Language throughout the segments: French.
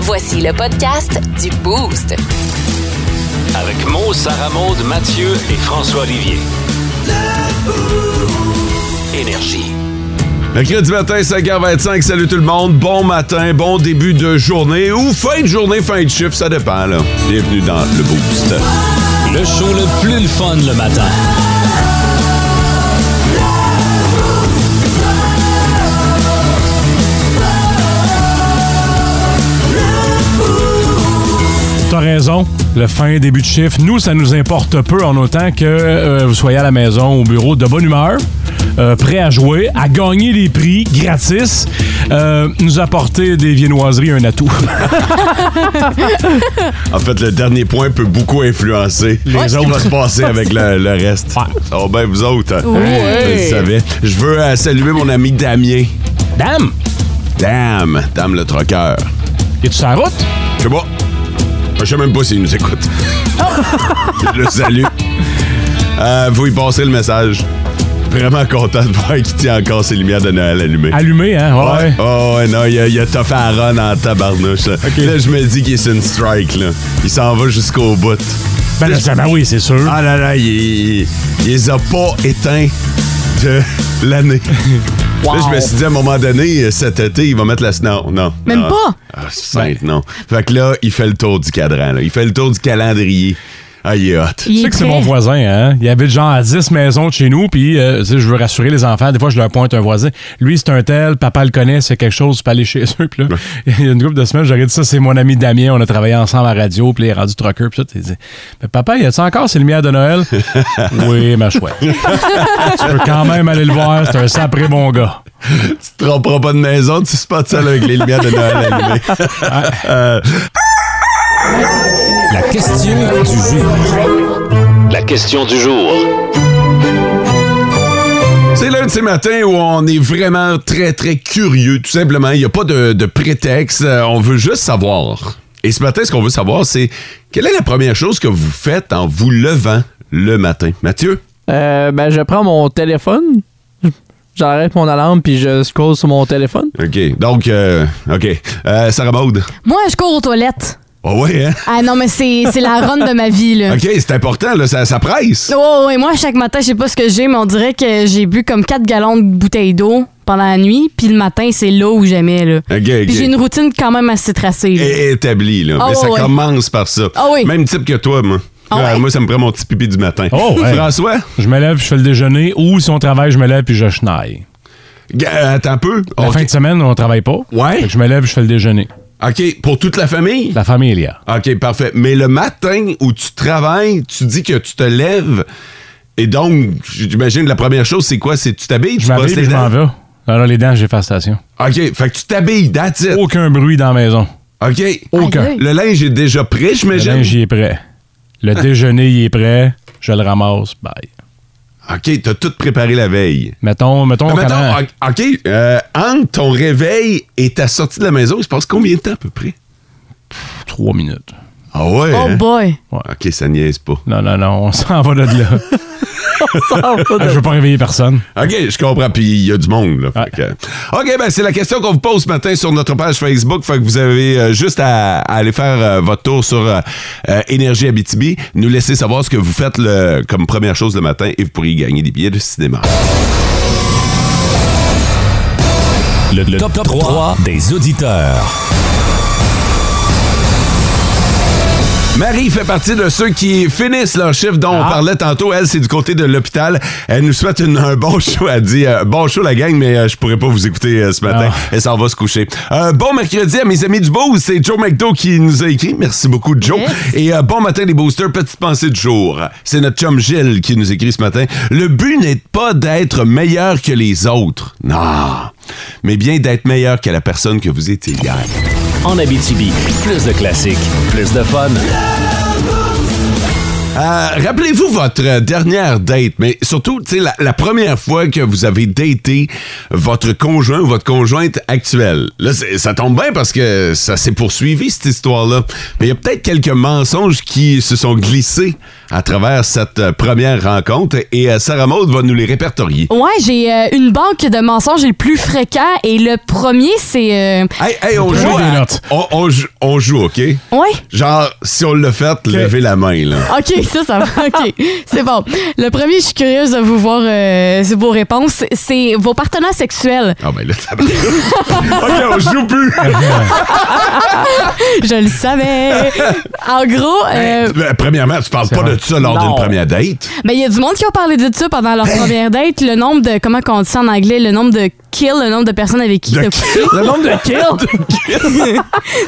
Voici le podcast du Boost. Avec Mo, Sarah Maud, Mathieu et François Olivier. Énergie. Le crédit matin, 5h25, salut tout le monde, bon matin, bon début de journée ou fin de journée, fin de chiffre, ça dépend là. Bienvenue dans le Boost. Le show le plus le fun le matin. T'as raison. Le fin début de chiffre, nous, ça nous importe peu en autant que euh, vous soyez à la maison, au bureau, de bonne humeur, euh, prêt à jouer, à gagner les prix gratis, euh, nous apporter des viennoiseries, un atout. En fait, le dernier point peut beaucoup influencer ce qui va se passer avec le, le reste. Ça va bien vous autres. hein? Vous le savez. Je veux euh, saluer mon ami Damien. Dame, Dame, Dame le troqueur. es-tu sur la route? Je sais pas. Je sais même pas s'il nous écoute. Je le salue. Euh, vous y passerez le message. Vraiment content de voir qu'il tient encore ses lumières de Noël allumées. Allumé, hein? Ouais. Ouais. Oh, ouais, non, il a, il a toffé à run en tabarnouche. là. Là, je me dis qu'il est sur une strike, là. Il s'en va jusqu'au bout. Ben, là, ça, ben oui, c'est sûr. Ah là là, il, il- il les a pas éteints de l'année. Là, je me suis dit, à un moment donné, cet été, il va mettre la... Non, non. Même non. pas? Ben. Ah, sainte, non. Fait que là, il fait le tour du cadran, là. Il fait le tour du calendrier. Ah, il est hot. Tu sais que c'est mon voisin, hein? Il habite genre à 10 maisons de chez nous, puis euh, tu sais, je veux rassurer les enfants. Des fois, je leur pointe un voisin. Lui, c'est un tel, papa le connaît, c'est quelque chose, tu peux aller chez eux. Puis là, il y a une couple de semaines, j'aurais dit ça, c'est mon ami Damien, on a travaillé ensemble à radio, puis il est rendu trucker, puis tout. Il dit, mais papa, y a-tu encore ses lumières de Noël? oui, ma chouette. tu peux quand même aller le voir, c'est un sacré bon gars. Tu te tromperas pas de maison, tu se pas seul avec les lumières de Noël allumées. La question du jour. La question du jour. C'est l'un de ces matins où on est vraiment très, très curieux, tout simplement. Il n'y a pas de, de prétexte. Euh, On veut juste savoir. Et ce matin, ce qu'on veut savoir, c'est quelle est la première chose que vous faites en vous levant le matin? Mathieu? Euh, ben, je prends mon téléphone, j'arrête mon alarme, puis je scroll sur mon téléphone. OK. Donc, euh, OK. Euh, Sarah Maud? Moi, je cours aux toilettes. Ah ouais, hein? Ah non, mais c'est c'est la ronde de ma vie, là. OK, c'est important, là, ça, ça presse. Oh, ouais, moi, chaque matin, je sais pas ce que j'ai, mais on dirait que j'ai bu comme 4 gallons de bouteilles d'eau pendant la nuit, puis le matin, c'est là où jamais, là. OK, Puis j'ai une OK. routine quand même assez tracée, Eh, là. É- Établi, là. Ah Mais ça ouais, ouais. commence par ça. Ah oui. Même type que toi, moi. Ah Euh, ouais. Moi, ça me prend mon petit pipi du matin. Oh, ouais. François? Je me lève, je fais le déjeuner, ou si on travaille, je me lève, puis je chenaille. G- euh, Attends un peu. La OK. fin de semaine, on travaille pas. Ouais. Fait que je me lève, je fais le déjeuner. OK, pour toute la famille? La famille est là. OK, parfait. Mais le matin où tu travailles, tu dis que tu te lèves. Et donc, j'imagine la première chose, c'est quoi? C'est tu t'habilles, tu Je m'habille brosses et les je m'en dents. vais. Alors les dents, j'ai fait la station. OK, fait que tu t'habilles, that's it. Aucun bruit dans la maison. OK. Aucun. Aïe, aïe. Le linge est déjà prêt, Le j'imagine. linge, il est prêt. Le déjeuner, il est prêt. Je le ramasse. Bye. OK, t'as tout préparé la veille. Mettons, mettons, Mais mettons, quand- OK, euh, entre ton réveil et ta sortie de la maison, il se passe combien de temps à peu près? trois minutes. Ah ouais? Oh hein? boy! OK, ça niaise pas. Non, non, non, on s'en va de là. Ah, pas Je de- veux pas réveiller personne. OK, je comprends. Puis il y a du monde. Là, Fait que- OK, ben c'est la question qu'on vous pose ce matin sur notre page Facebook. Fait que vous avez euh, juste à, à aller faire euh, votre tour sur euh, euh, Énergie Abitibi. Nous laisser savoir ce que vous faites le, comme première chose le matin et vous pourriez gagner des billets de cinéma. Le, top, 3 des auditeurs. Marie fait partie de ceux qui finissent leur chiffre dont on parlait tantôt. Elle, c'est du côté de l'hôpital. Elle nous souhaite une- un bon show. Elle dit euh, Bon show, la gang, mais euh, je pourrais pas vous écouter euh, ce matin. Ah. Elle s'en va se coucher. Euh, bon mercredi à mes amis du Boost. C'est Joe McDo qui nous a écrit. Merci beaucoup, Joe. Et euh, bon matin, les boosters. Petite pensée du jour. C'est notre chum Gilles qui nous écrit ce matin. Le but n'est pas d'être meilleur que les autres. Non. Mais bien d'être meilleur que la personne que vous étiez hier. En Abitibi, plus de classiques, plus de fun. Euh, Rappelez-vous votre euh, dernière date, mais surtout, tu sais, la, la première fois que vous avez daté votre conjoint ou votre conjointe actuelle. Là, c'est- ça tombe bien parce que ça s'est poursuivi, cette histoire-là. Mais il y a peut-être quelques mensonges qui se sont glissés à travers cette euh, première rencontre et euh, Sarah Maud va nous les répertorier. Ouais, j'ai euh, une banque de mensonges les plus fréquents et le premier, c'est. euh, Hey, hey, on, Prenez joue, des à- notes. on, on joue- on joue, OK? Ouais. Genre, si on l'a fait, levez la main, là. OK, ça, ça va. OK, c'est bon. Le premier, je suis curieuse de vous voir euh, vos réponses. C'est vos partenaires sexuels. Ah, ben là, ça OK, on joue plus. Je le savais. En gros, euh, Ben, premièrement, tu parles pas vrai. de ça lors Non. d'une première date. Mais il y a du monde qui a parlé de ça pendant leur première date. Le nombre de, comment qu'on dit ça en anglais, le nombre de kills, le nombre de personnes avec qui De t'as kill- couché. Le nombre de kills!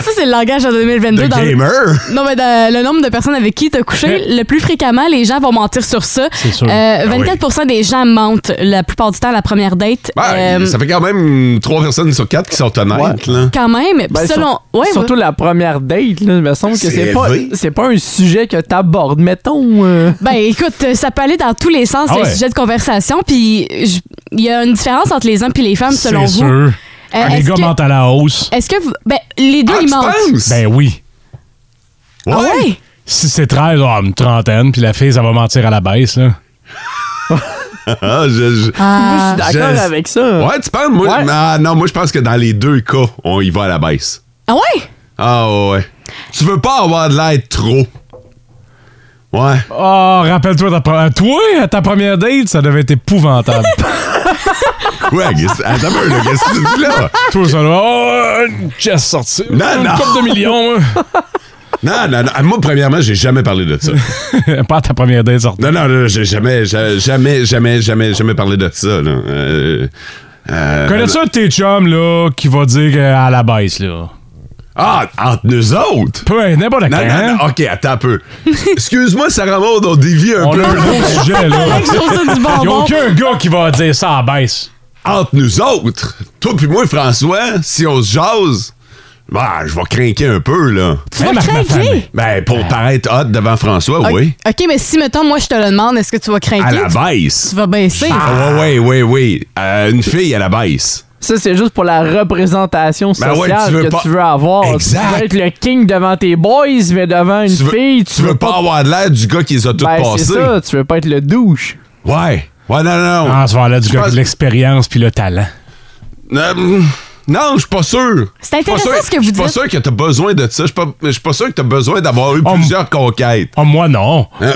Ça, c'est le langage en 2022. de dans le- Euh, gamer. Non, mais de- le nombre de personnes avec qui t'as couché, le plus fréquemment, les gens vont mentir sur ça. C'est sûr. Euh, 24 des gens mentent la plupart du temps à la première date. Ben, Euh, Ça fait quand même trois personnes sur quatre qui sont honnêtes, là. Quand même. Puis Ben, selon. sur- ouais, surtout ouais. la première date, là, il me semble que C'est c'est pas, élevé. c'est pas un sujet que t'abordes, mettons. euh. Ben écoute, euh, ça peut aller dans tous les sens, Ah les ouais. sujets de conversation. Puis je- il y a une différence entre les hommes et les femmes, selon C'est vous. Euh, sûr. Ah, les est-ce gars que- mentent à la hausse. Est-ce que. vous- Ben, les deux, Ah, ils tu mentent. penses? Ben oui. Ah ouais? Si c'est 13, oh, une trentaine, puis la fille, ça va mentir à la baisse. Là. Ah, je- je- Ah. Je suis je- d'accord avec ça. Ouais, tu penses? Moi, Ouais. ah, non, moi, je pense que dans les deux cas, on y va à la baisse. Ah ouais? Ah, ouais. Tu veux pas avoir de l'aide trop. Ouais. Oh, rappelle-toi, ta pre- toi, à ta première date, ça devait être épouvantable. Ouais, qu'est-ce- attends un peu, là, qu'est-ce que tu dis là? toi, ça doit... Oh, une pièce sortie. Non, une non. couple de millions. Non, non, non. Moi, premièrement, j'ai jamais parlé de ça. moi. Pas à ta première date sortie. Non, non, non, j'ai jamais, ja- jamais, jamais, jamais, jamais parlé de ça, là. Euh, euh, Connais-tu un de tes chums, là, qui va dire que à la baisse, là? Ah, entre nous autres? Peu, importe n'importe Non, quand, non, hein? non, ok, attends un peu. Excuse-moi, Sarah Maud, on dévie un On peu. a un gros sujet, là. Je trouve ça du Il n'y a bonbon. aucun gars qui va dire ça à la baisse. Entre nous autres, toi puis moi, François, si on se jase, bah, je vais craquer un peu, là. Tu Hey, vas Marc Laffane. craquer? Ben, pour paraître hot devant François, oui. OK, mais si, mettons, moi, je te le demande, est-ce que tu vas À craquer? la baisse. Tu vas baisser. Ah, ouais, ouais, ouais, ouais. Euh, une fille à la baisse. Ça, c'est juste pour la représentation Ben ouais, sociale tu veux que pas- tu veux avoir. Exact. Tu veux être le king devant tes boys, mais devant une Tu veux, fille, tu veux pas avoir de l'air du gars qui les a toutes Ben, c'est passées. ça, tu veux pas être le douche. Ouais. Ouais, non, non, non. Ah, ce là du Je gars pense- qui a de l'expérience puis le talent. Euh, mm, non, je suis pas sûr. C'est Je suis pas intéressant sûr- ce que vous Je suis pas dites. sûr que t'as besoin de ça. Je suis pas- je suis pas sûr que t'as besoin d'avoir eu Oh, m- plusieurs conquêtes. Oh, moi, non. Hein?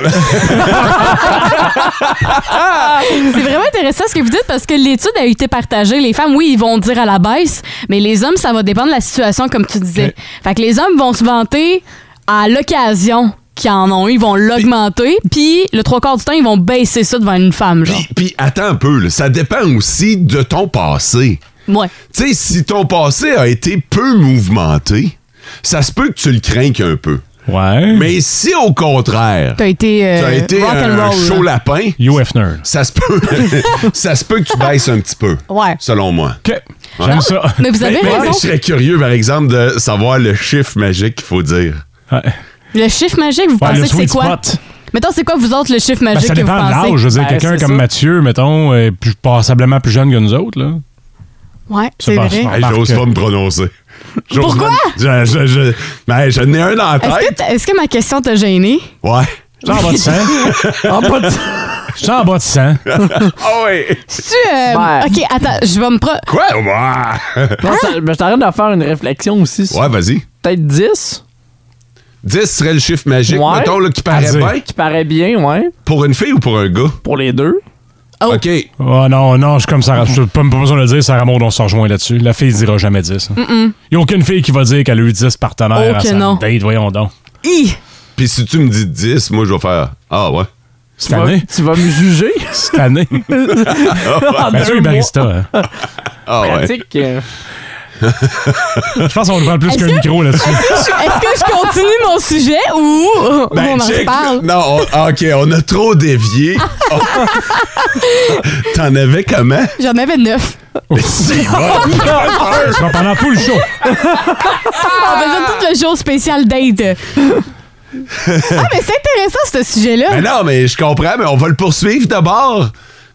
C'est vraiment intéressant ce que vous dites parce que l'étude a été partagée. Les femmes, oui, ils vont dire à la baisse, mais les hommes, ça va dépendre de la situation, comme tu disais. Fait que les hommes vont se vanter à l'occasion qu'ils en ont eu, ils vont l'augmenter, puis le trois quarts du temps, ils vont baisser ça devant une femme, genre. Puis, puis attends un peu, là, ça dépend aussi de ton passé. Ouais. Tu sais, si ton passé a été peu mouvementé, ça se peut que tu le craignes un peu. Ouais. Mais si au contraire, T'as été, Hmm. euh, tu as été rock and un roll. chaud là. lapin, You Hefner. ça se peut, ça se peut que tu baisses un petit peu. Ouais. Selon moi. OK. J'aime ça. Mais vous avez Mais- mais raison. je serais curieux, par exemple, de savoir le chiffre magique qu'il faut dire. Ouais. Ben, Le chiffre magique, vous Ouais, pensez le que c'est sweet quoi? spot. Mettons, c'est quoi, vous autres, le chiffre Ben, magique ça que vous dépend de pensez? l'âge. Je veux dire, Ben, quelqu'un c'est comme ça. Mathieu, mettons, est plus, passablement plus jeune que nous autres, là. Ouais, Ça c'est passe vrai. pas. Hey, J'ose Marc. pas me prononcer. J'ose Pourquoi? pas- Je, je, je, ben, j'en ai un dans la Est-ce que, tête. t- est-ce que ma question t'a gêné? Ouais. Je suis en bas de 100. En bas de- Je suis en bas de 100. Ah ouais. Tu, euh, Ben. Ok, attends, je vais me pro. Quoi? Ouais. Non, ça- ben, je t'arrête de faire une réflexion aussi. sur Ouais, vas-y. Peut-être 10, 10 serait le chiffre magique, Ouais. mettons, là, qui À paraît dire. bien. qui paraît bien, ouais, Pour une fille ou pour un gars? pour les deux. Oh. OK. Oh non, non, je suis comme ça. Je pas, pas besoin de le dire, Sarah Maud, on se rejoint là-dessus. La fille dira jamais 10. Il n'y a aucune fille qui va dire qu'elle a eu 10 partenaires Oh à que sa non. date, voyons donc. I. Puis si tu me dis 10, moi, je vais faire... Ah ouais. Cette Tu vas, année? tu vas me juger. Cette année? En Mathieu deux est mois. barista. hein. Ben, Ah Ben, ouais. Pratique. euh, Je pense qu'on le prend plus Est-ce qu'un que- micro là-dessus. Est-ce que je continue mon sujet ou ou Ben, on en check. reparle? Non, on- ah, OK, on a trop dévié. Oh. T'en avais comment? J'en avais neuf. C'est bon. Je prends pendant tout le show. On faisait tout le jour spécial date. ah, mais c'est intéressant, ce sujet-là. Mais Ben non, mais je comprends, mais on va le poursuivre d'abord.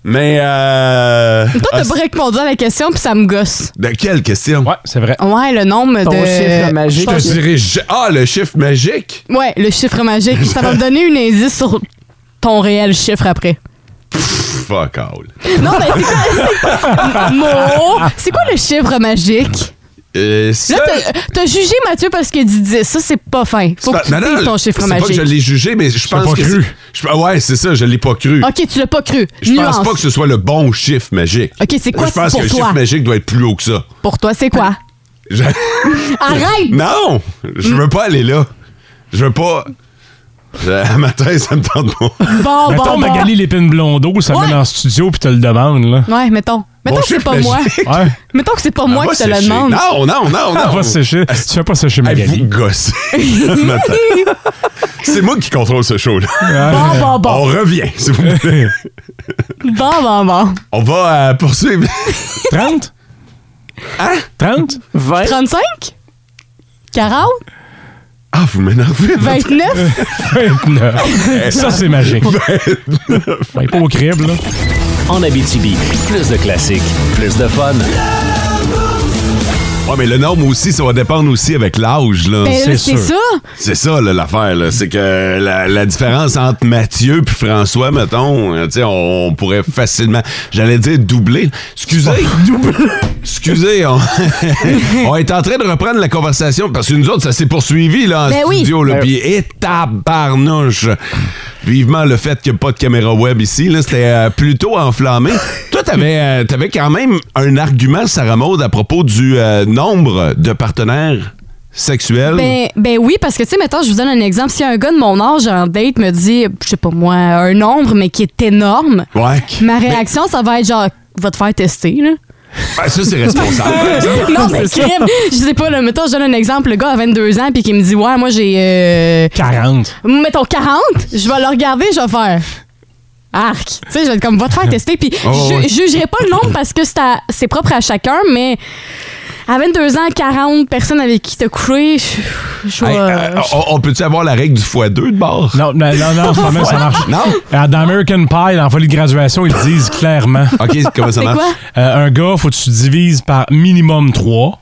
Mais. Euh... Toi, Ah, t'as pas répondu à la question, puis ça me gosse. De quelle question? Ouais, c'est vrai. Ouais, le nombre Ton de. chiffre magique. Je dirais. ja- Ah, le chiffre magique? Ouais, le chiffre magique. Ça va me donner une indice sur ton réel chiffre après. Fuck all. Non, mais c'est quoi. c'est- Mo, c'est quoi le chiffre magique? Euh, ça- Là, t'as- t'as jugé Mathieu parce qu'il dit 10. Ça, c'est pas fin. Faut que tu Non, non, dises ton chiffre c'est pas que magique. je l'ai jugé, mais je pense pas que. cru. c'est- je- Ouais, c'est ça, je l'ai pas cru. Ok, tu l'as pas cru. Je Nuance. pense pas que ce soit le bon chiffre magique. Ok, c'est quoi Je pense pour que le toi? chiffre magique doit être plus haut que ça. Pour toi, c'est quoi? Je- Arrête! Non! Je veux pas aller là. Je veux pas. Je- À matin, ça me tente pas. Oh, Bon, Mettons bon, bon. Magali Lépine Blondeau, ça Ouais. mène en studio puis te le demande, là. Ouais, mettons. Mettons Bon que c'est chiffre pas moi. magique. Ah, Ouais. Mettons que c'est pas moi Va qui te le sécher. demande. Non, non, non, Ah, non. va sécher. Tu fais pas sécher Hey, Magali. vous gossez. le matin. c'est moi qui contrôle ce show-là. Bon, bon, On bon. revient, s'il vous plaît. Bon, bon, bon. On va euh, poursuivre. 30? Hein? 30? 20, 35? 40? Ah, vous m'énervez. Ben, Euh, 29? Eh, 29. ça, c'est magique. Ouais, pas au crible, là. En Abitibi, plus de classiques, plus de fun. Ouais, mais le nombre aussi, ça va dépendre aussi avec l'âge, là. Ben, c'est c'est sûr. ça. C'est ça, là, l'affaire, là. C'est que la, la différence entre Mathieu puis François, mettons, euh, tu sais, on, on pourrait facilement, j'allais dire doubler. Excusez. Excusez, on, on est en train de reprendre la conversation parce que nous autres, ça s'est poursuivi, là, en Ben oui. studio, là. Puis, et tabarnouche. Vivement le fait qu'il n'y a pas de caméra web ici, là, c'était euh, plutôt enflammé. Toi, t'avais, euh, t'avais quand même un argument, Sarah Maud, à propos du euh, nombre de partenaires sexuels. Ben, ben oui, parce que, tu sais, mettons, je vous donne un exemple. Si un gars de mon âge en date me dit, je sais pas moi, un nombre, mais qui est énorme, Ouais. ma réaction, ça va être genre, va te faire tester, là. Ben, ça, c'est responsable. euh, non, mais crime! Je sais pas, là, mettons, je donne un exemple. Le gars a 22 ans, puis qui me dit, ouais, moi, j'ai. euh, 40. mettons 40, je vais le regarder, je vais faire arc. Tu sais, je vais être comme va te faire tester puis Oh, je ouais. je jugerai pas le nombre parce que c'est à- c'est propre à chacun mais à 22 ans, 40 personnes avec qui te coucher, je- je Hey, vais- euh, on on peut-tu avoir la règle du x2 de bord? Non, non, non, non, en ce moment, ça marche. Non? Euh, Dans American Pie, dans la folie de graduation, ils disent clairement OK, comment ça C'est marche? quoi euh, un gars, faut que tu divises par minimum 3.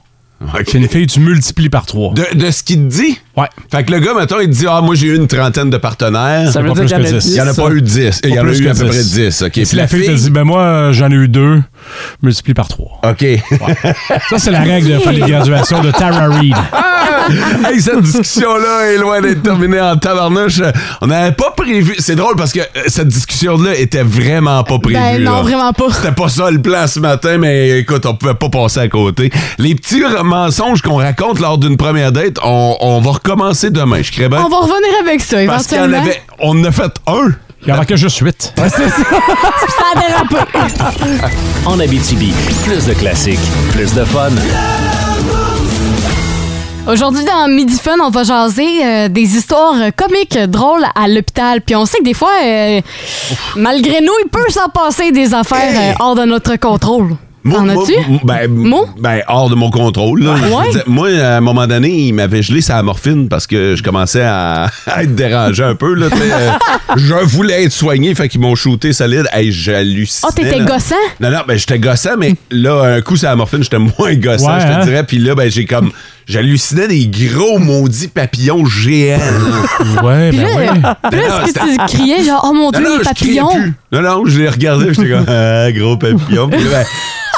OK. Puis une fille, tu multiplies par 3. De, de ce qu'il te dit? Ouais. Fait que le gars, mettons, il te dit Ah, moi, j'ai eu une trentaine de partenaires. ça veut pas dire plus qu'il y que en a dix. dix, Il n'y en a ça. pas eu 10. Il y en Pas a plus eu à que peu près 10. 10. OK. Si la fille te dit, ben moi, j'en ai eu deux, multiplie par 3. OK. Ça, c'est la règle de folie de graduation de Tara Reid. hey, cette discussion-là est loin d'être terminée en tabarnouche. On n'avait pas prévu. C'est drôle parce que euh, cette discussion-là était vraiment pas prévue. Ben non, là. vraiment pas. C'était pas ça le plan ce matin, mais écoute, on pouvait pas passer à côté. Les petits mensonges qu'on raconte lors d'une première date, on, on va recommencer demain. Je crée bien. On va revenir avec ça Parce qu'on éventuellement. avait, on en a fait un. Il y en a que juste 8. Ça a dérapé. En Abitibi, plus de classiques, plus de fun. Aujourd'hui, dans Midi Fun, on va jaser euh, des histoires euh, comiques, euh, drôles à l'hôpital. Puis on sait que des fois, euh, malgré nous, il peut s'en passer des affaires euh, hors de notre contrôle. Moi, T'en moi, as-tu? m- Ben, m- Moi? ben, hors de mon contrôle. là. Je Ouais. disais, moi, à un moment donné, il m'avait gelé sa morphine parce que je commençais à, à être dérangé un peu. Là, tu sais, euh, je voulais être soigné, fait qu'ils m'ont shooté solide. Hey, j'hallucinais. Ah, t'étais là. gossant? Non, non, ben, j'étais gossant, mais là, un coup, c'est la morphine, j'étais moins gossant, Ouais, je te hein? dirais. Puis là, ben, j'ai comme. J'hallucinais des gros maudits papillons géants. là. Ouais, Puis ben là, oui. puis là, est-ce que tu criais genre, oh Non, mon dieu, Ben non, les je criais papillons? plus. Non, non, je les regardais, j'étais comme, ah, gros papillon. Puis là, ben,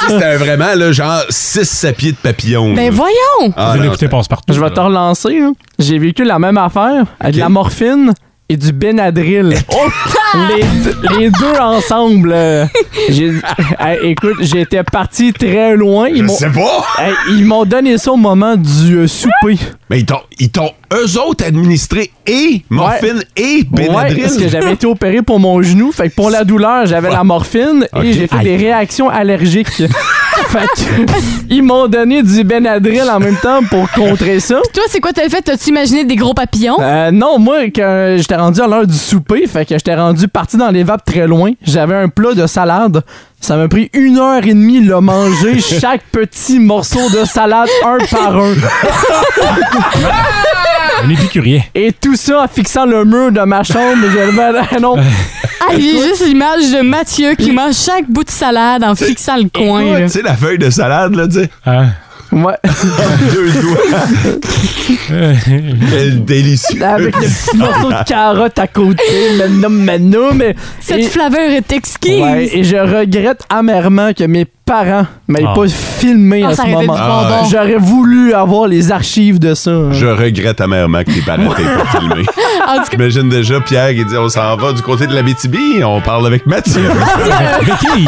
tu sais, c'était vraiment, là, genre, 6 pieds de papillons. Ben voyons! Ah, non, Vous allez écouter Passe-Partout. Je vais te relancer. hein. J'ai vécu la même affaire avec de la morphine et du Benadryl. les, les deux ensemble. euh, j'ai- Hey, écoute, j'étais parti très loin. Ils Je m'ont- sais pas! Hey, ils m'ont donné ça au moment du euh, souper. Mais ils t'ont, ils t'ont eux autres administré et morphine et Ouais, Benadryl. parce que j'avais été opéré pour mon genou. Fait que pour la douleur, j'avais la morphine Ok. et j'ai fait des réactions allergiques. fait que ils m'ont donné du Benadryl en même temps pour contrer ça. Toi, c'est quoi t'as fait? T'as-tu imaginé des gros papillons? Ben, Euh, non, moi, quand j'étais rendu à l'heure du souper, fait que j'étais rendu parti dans les vapes très loin. J'avais un plat de salade. Ça m'a pris une heure et demie de le manger, chaque petit morceau de salade, un par un. Un épicurien. Et tout ça en fixant le mur de ma chambre. je- non. Ah, j'ai juste l'image de Mathieu qui mange chaque bout de salade en fixant le coin. là. Tu sais, la feuille de salade, là, tu sais. Hein? Ouais. Deux doigts. Quel délicieux. Avec le petit morceau de carotte à côté. Manum, manum. Et, Cette et- flaveur est exquise. Ouais, et je regrette amèrement que mes parents m'aient Ah. pas filmé Ah, à ça ce aurait été moment. du bonbon. Ah, ouais. J'aurais voulu avoir les archives de ça. hein. Je regrette amèrement que tes parents t'aient pas filmé. En tout cas, J'imagine déjà Pierre qui dit on s'en va du côté de la BTB, on parle avec Mathieu. Béquille.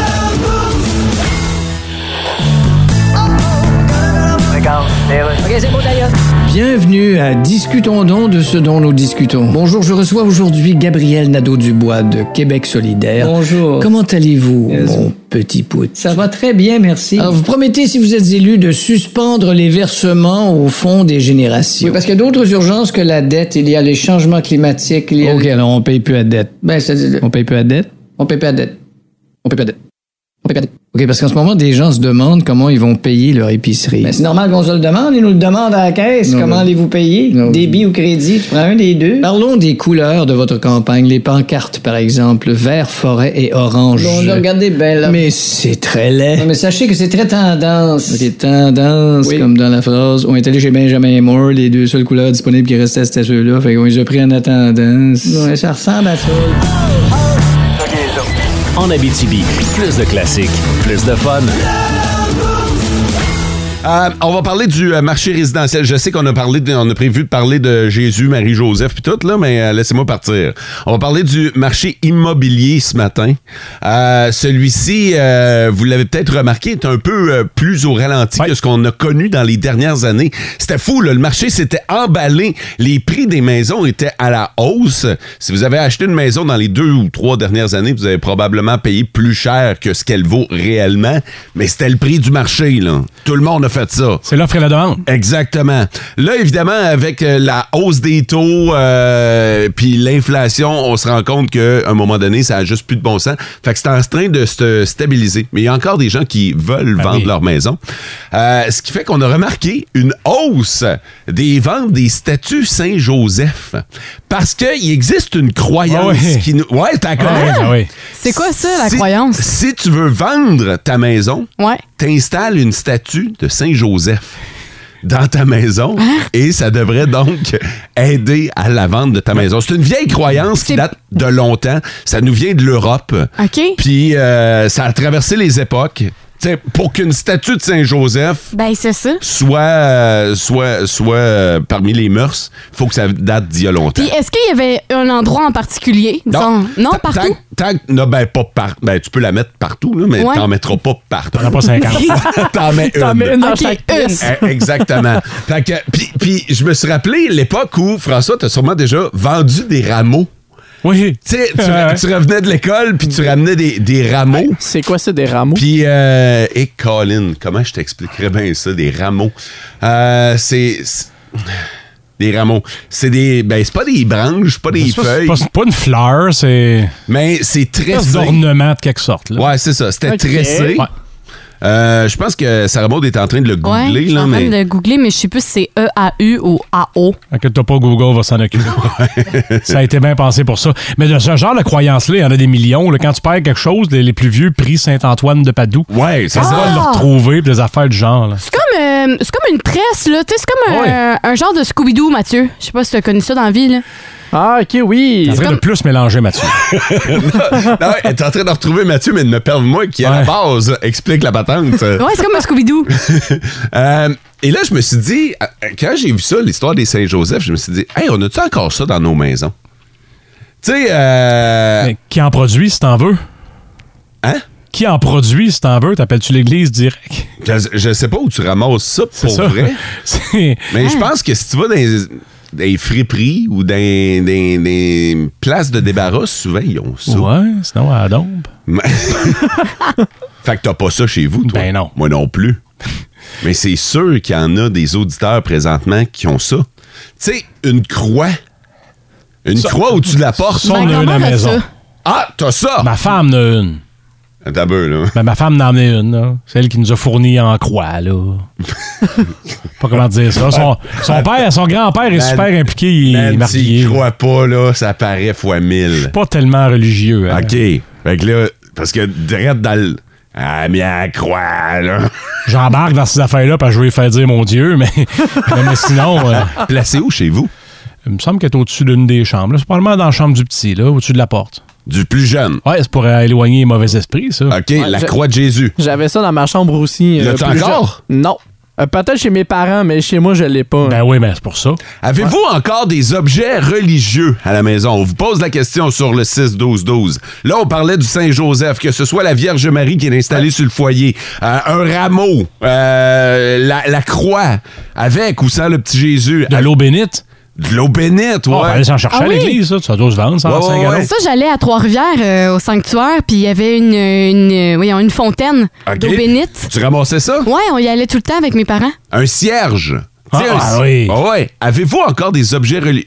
Bienvenue à Discutons donc de ce dont nous discutons. Bonjour, je reçois aujourd'hui Gabriel Nadeau-Dubois de Québec solidaire. Bonjour. Comment allez-vous, mon petit pote? Ça va très bien, merci. Alors, vous promettez, si vous êtes élu, de suspendre les versements au fond des générations. Oui, parce qu'il y a d'autres urgences que la dette. Il y a les changements climatiques, il y a... OK, alors on paye plus à dette. Ben, c'est... On paye plus à dette? On paye plus à dette. On paye plus à dette. OK, parce qu'en ce moment, des gens se demandent comment ils vont payer leur épicerie. Ben, c'est normal qu'on se le demande. Ils nous le demandent à la caisse. comment allez-vous payer? Débit ou crédit? Tu prends un des deux? Parlons des couleurs de votre campagne. Les pancartes, par exemple. Vert, forêt et orange. Bon, regardez belle. Mais c'est très laid. mais sachez que c'est très tendance. OK, tendance, comme dans la phrase. On est allé chez Benjamin et Moore. Les deux seules couleurs disponibles qui restaient, c'était ceux-là. Fait qu'on les a pris en attendance. Ouais, ça ressemble à ça. En Abitibi, plus de classiques, plus de fun. Euh, on va parler du euh, marché résidentiel. Je sais qu'on a parlé, de- on a prévu de parler de Jésus, Marie, Joseph, puis tout là, mais euh, laissez-moi partir. On va parler du marché immobilier ce matin. Euh, Celui-ci, euh, vous l'avez peut-être remarqué, est un peu euh, plus au ralenti Ouais. que ce qu'on a connu dans les dernières années. C'était fou, là, le marché s'était emballé. Les prix des maisons étaient à la hausse. Si vous avez acheté une maison dans les deux ou trois dernières années, vous avez probablement payé plus cher que ce qu'elle vaut réellement, mais c'était le prix du marché. Là. Tout le monde a fait ça. C'est l'offre et la demande. Exactement. Là, évidemment, avec euh, la hausse des taux euh, puis l'inflation, on se rend compte qu'à un moment donné, ça a juste plus de bon sens. Fait que c'est en train de se stabiliser. Mais il y a encore des gens qui veulent vendre Ben oui. leur maison. Euh, ce qui fait qu'on a remarqué une hausse des ventes des statues Saint-Joseph. Parce qu'il existe une croyance Ah ouais. qui nous... Ouais, t'as Ouais, ben oui. c'est quoi ça, la croyance? Si tu veux vendre ta maison, Ouais. t'installes une statue de Saint-Joseph dans ta maison Hein? et ça devrait donc aider à la vente de ta maison. C'est une vieille croyance qui C'est- date de longtemps. Ça nous vient de l'Europe. OK. Puis euh, ça a traversé les époques. Tu sais, pour qu'une statue de Saint-Joseph Ben, c'est ça. soit, euh, soit, soit euh, parmi les mœurs, faut que ça date d'il y a longtemps. Puis est-ce qu'il y avait un endroit en particulier? disons? non Tant- partout? Tant, tant- non, ben, pas par- ben, tu peux la mettre partout, là, mais Ouais. t'en mettras pas partout. T'en as pas 50. T'en mets T'en mets une dans Ok, chaque une. pièce. Eh, Exactement. Fait que- puis, puis je me suis rappelé l'époque où, François, t'as sûrement déjà vendu des rameaux. Oui. Tu sais, tu, Ouais, ouais. tu revenais de l'école, puis tu ramenais des, des rameaux. C'est quoi ça, des rameaux? Puis, euh, et Colin, comment je t'expliquerais bien ça, des rameaux? Euh, c'est... c'est- Des rameaux. C'est des... Ben, c'est pas des branches, pas des C'est pas- feuilles, c'est pas- c'est pas une fleur, c'est mais c'est c'est tressé. des ornements de quelque sorte. Là. Ouais, c'est ça. C'était Ok. tressé. Ouais. Euh, je pense que Sarah Maud est en train de le Ouais, googler, je suis là, en train mais... de googler, mais je sais plus si c'est E-A-U ou A-O. Inquiète-toi pas, Google va s'en occuper. ça a été bien pensé pour ça. Mais de ce genre de croyance-là, il y en a des millions. là. Quand tu perds quelque chose, les, les plus vieux prix Saint-Antoine de Padoue. Ouais, c'est Ça ça. va Ah! le retrouver, puis des affaires du genre. là. C'est comme, euh, c'est comme une tresse, là. Tu sais, c'est comme un, Ouais. un genre de Scooby-Doo, Mathieu. Je sais pas si tu as connu ça dans la vie, là. Ah, ok, oui. T'es en train de plus mélanger, Mathieu. Euh. Non, ouais, elle est en train de retrouver Mathieu, mais ne perd moi qui, à la Ouais. base, explique la patente. Ouais, c'est comme un Scooby-Doo. Euh, et là, je me suis dit, euh, quand j'ai vu ça, l'histoire des Saint-Joseph, je me suis dit, hey, on a-tu encore ça dans nos maisons? Tu sais, euh, Mais qui en produit, si t'en veux? hein? Qui en produit, si t'en veux? T'appelles-tu l'Église direct? Je, je sais pas où tu ramasses ça C'est pour ça. vrai, C'est- mais je pense que si tu vas dans les, dans les friperies ou dans les- dans les places de débarras, souvent, ils ont ça. Ouais, sinon, à la dombe. Mais- fait que t'as pas ça chez vous, toi? Ben non. Moi non plus. Mais c'est sûr qu'il y en a des auditeurs présentement qui ont ça. Tu sais, une croix. Une croix où tu la portes. Ça, on a Ma une à la Ben, grand-mère a maison. ça. Ah, t'as ça! Ma femme en a une. T'as peu, là. Ben, ma femme en a emmené une, là. Celle qui nous a fourni en croix, là. pas comment dire ça. Son, son père, son grand-père est Man- super impliqué, il est Man, marié. S'il croit pas, là, ça paraît fois mille. Pas tellement religieux. hein. OK. Fait que là, parce que direct dans le... Ah, mais elle croit, là. J'embarque dans ces affaires-là parce que je veux lui faire dire mon Dieu, mais, mais, mais sinon, euh, Placé où chez vous? il me semble qu'elle est au-dessus d'une des chambres. là. C'est probablement dans la chambre du petit, là, au-dessus de la porte. Du plus jeune. Ouais, c'est pour euh, éloigner les mauvais esprits, ça. OK, la je- croix de Jésus. J'avais ça dans ma chambre aussi. euh, L'as-tu plus encore? jeune. Non. Euh, Peut-être chez mes parents, mais chez moi, je l'ai pas. Ben oui, mais c'est pour ça. Avez-vous encore des objets religieux à la maison? On vous pose la question sur le 6-12-12. Là, on parlait du Saint-Joseph, que ce soit la Vierge Marie qui est installée sur le foyer, euh, un rameau, euh, la, la croix, avec ou sans le petit Jésus, De l'eau ben, bénite. de l'eau bénite, ouais. On va aller s'en chercher Ah à oui? l'église, ça. Ça doit se vendre, ça, Ouais, en cinq ouais, gallons. ouais. Ça, j'allais à Trois-Rivières euh, au sanctuaire, puis il y avait une, une, euh, voyons, une fontaine OK. d'eau bénite. Tu ramassais ça? Ouais, on y allait tout le temps avec mes parents. Un cierge. Ah, Tu sais, un- ah oui. ouais. Avez-vous encore des objets religieux?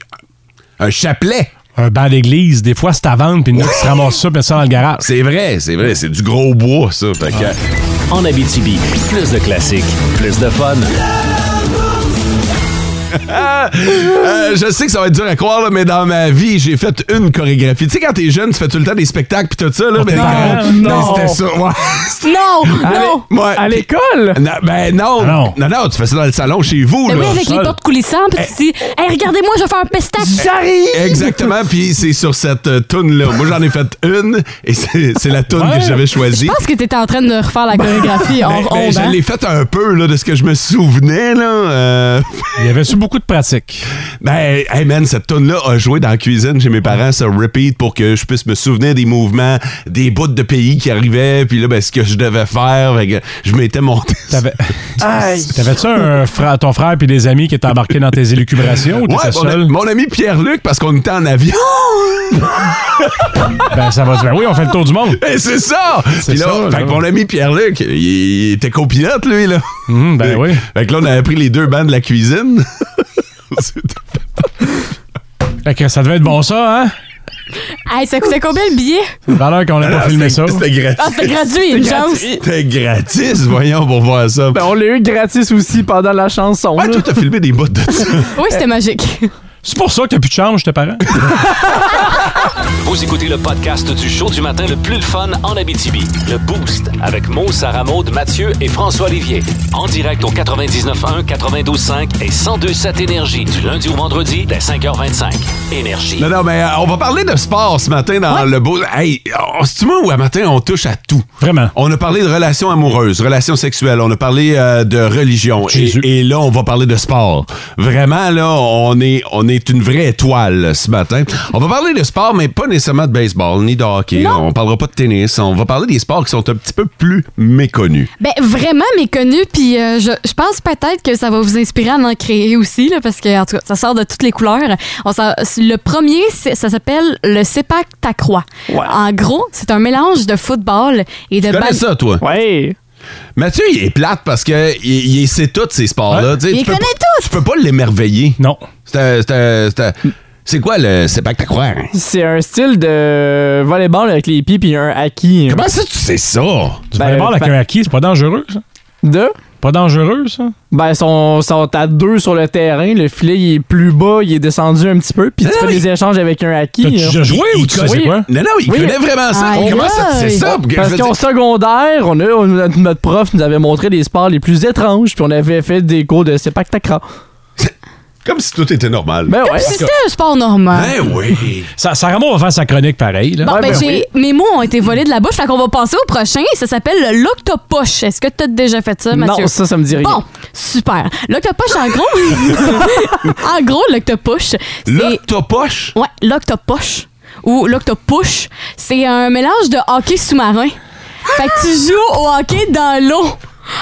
Un chapelet. Un banc d'église, des fois, c'est à vendre, puis nous, qui se ramasse ça, met ça dans le garage. C'est vrai, c'est vrai. C'est du gros bois, ça. Fait que... Ah. En Abitibi, plus de classiques, plus de fun. Euh, je sais que ça va être dur à croire, là, mais dans ma vie, j'ai fait une chorégraphie. Tu sais, quand t'es jeune, tu fais tout le temps des spectacles pis tout ça, là. mais tes parents? quand- mais Non. c'était ça. Ouais. Non! Allez. Non! Ouais. À l'école? Non, ben non. Ah non. non, non, tu fais ça dans le salon chez vous, Ben là. oui, avec les seul. portes coulissantes, puis tu dis « Hey, regardez-moi, je vais faire un pestache! Exactement, puis c'est sur cette euh, toune-là. Moi, j'en ai fait une, et c'est c'est la toune Ouais. que j'avais » choisie. Je pense que t'étais en train de refaire la chorégraphie en Ben, ben, ondes, je hein? l'ai faite un peu, là, de ce que je me souvenais, là. Euh, Il y avait eu beaucoup de pratiques. Ben, hey man, cette toune-là a joué dans la cuisine chez mes parents, ça repeat pour que je puisse me souvenir des mouvements, des bouts de pays qui arrivaient, puis là, ben, ce que je devais faire, fait que je m'étais monté. T'avais- T'avais-tu un frère, ton frère puis des amis qui étaient embarqués dans tes élucubrations ou Ouais, t'étais mon, seul? mon ami Pierre-Luc, parce qu'on était en avion. Ben, ça va se ben oui, on fait le tour du monde. Et c'est ça! C'est Puis là, ça, fait là. que mon ami Pierre-Luc, il, il était copilote, lui, là. Hum, ben oui. Fait que là, on avait pris les deux bancs de la cuisine. C'était- Fait que ça devait être bon ça, hein? Hey, ça coûtait combien le billet? Valeur qu'on n'a pas filmé ça. C'était Ah, gratis. c'était gratuit, une chance! C'était gratis, voyons, pour voir ça. Ben, on l'a eu gratis aussi pendant la chanson. Ouais, là. toi, t'as filmé des bouts de ça. Oui, c'était magique. C'est pour ça que t'as plus de change, tes parents. Vous écoutez le podcast du show du matin le plus le fun en Abitibi. Le Boost avec Mo, Sarah Maud, Mathieu et François Olivier. En direct au 99.1, 92.5 et 102.7 Énergie du lundi au vendredi dès 5h25. Énergie. Non, non, mais euh, on va parler de sport ce matin dans le beau. Hey, oh, c'est-tu moi où à matin on touche à tout? Vraiment. On a parlé de relations amoureuses, relations sexuelles, on a parlé euh, de religion. Jésus. Et, et là, on va parler de sport. Vraiment, là, on est, on est une vraie étoile ce matin. On va parler de sport, mais pas nécessairement de baseball, ni de hockey. On parlera pas de tennis. On va parler des sports qui sont un petit peu plus méconnus. Ben vraiment méconnu, puis euh, je, je pense peut-être que ça va vous inspirer à en créer aussi, là, parce que en tout cas, ça sort de toutes les couleurs. On s'en- le premier, c'est- ça s'appelle le Cepac Tacroix. En gros, c'est un mélange de football et de Tu connais bad- ça, toi? Ouais. Mathieu, il est plate parce que il, il sait tous ces sports-là. Tu sais, Il tu peux connaît pas- Tu tous. peux pas l'émerveiller. Non. C'est un- c'est un- c'est un- c'est quoi le c'est pas que t'as croire? C'est un style de volleyball avec les pieds puis un acquis. hein. Comment ça tu sais ça? Tu Ben, vas voir avec ben- un acquis, c'est pas dangereux, ça? Deux. Pas dangereux, ça? Ben, ils sont, sont à deux sur le terrain. Le filet, il est plus bas, il est descendu un petit peu. Puis tu Ah fais oui. des échanges avec un acquis. T'as-tu déjà joué Il ou tu sais connaît- c'est quoi? Non, non, il hein? Oui. connaît vraiment ça. Aïe, Comment ça tu sais aïe. ça? Je Parce veux qu'en dire- secondaire, on a, on- notre, notre prof nous avait montré les sports les plus étranges, puis on avait fait des cours de sepak takraw. Comme si tout était normal. Ben ouais. Si C'était un sport normal. Ben oui. Ça, Sarah Maud va faire sa chronique pareil, là. Bon, Ouais, ben, ben j'ai- mes mots ont été volés de la bouche, fait qu'on va passer au prochain. Ça s'appelle l'octopoche. Est-ce que tu as déjà fait ça, Mathieu? Non, ça, ça me dit rien. Bon, super. L'octopoche, en gros, en gros, l'octopoche, c'est L'octopoche? Ouais, l'octopoche ou l'octopush, c'est un mélange de hockey sous-marin. Fait que tu joues au hockey dans l'eau.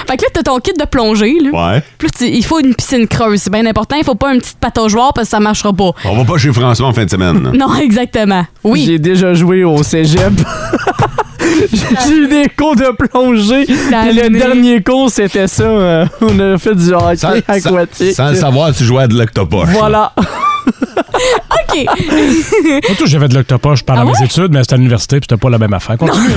Fait que là, t'as ton kit de plongée. Là. Ouais. Plus tu- il faut une piscine creuse, c'est bien important. Il faut pas une petite pataugeoire parce que ça marchera pas. On va pas chez François en fin de semaine. Non, exactement. Oui. J'ai déjà joué au cégep. J'ai eu des cours de plongée. puis Tanné. le dernier cours, c'était ça. euh, on a fait du hockey Sans, sans- aquatique. sans le savoir, tu jouais à de l'octopoche. Voilà. OK. Moi, tout, j'avais de l'octopoche pendant Ah ouais? mes études, mais c'était à l'université, puis c'était pas la même affaire. Continue.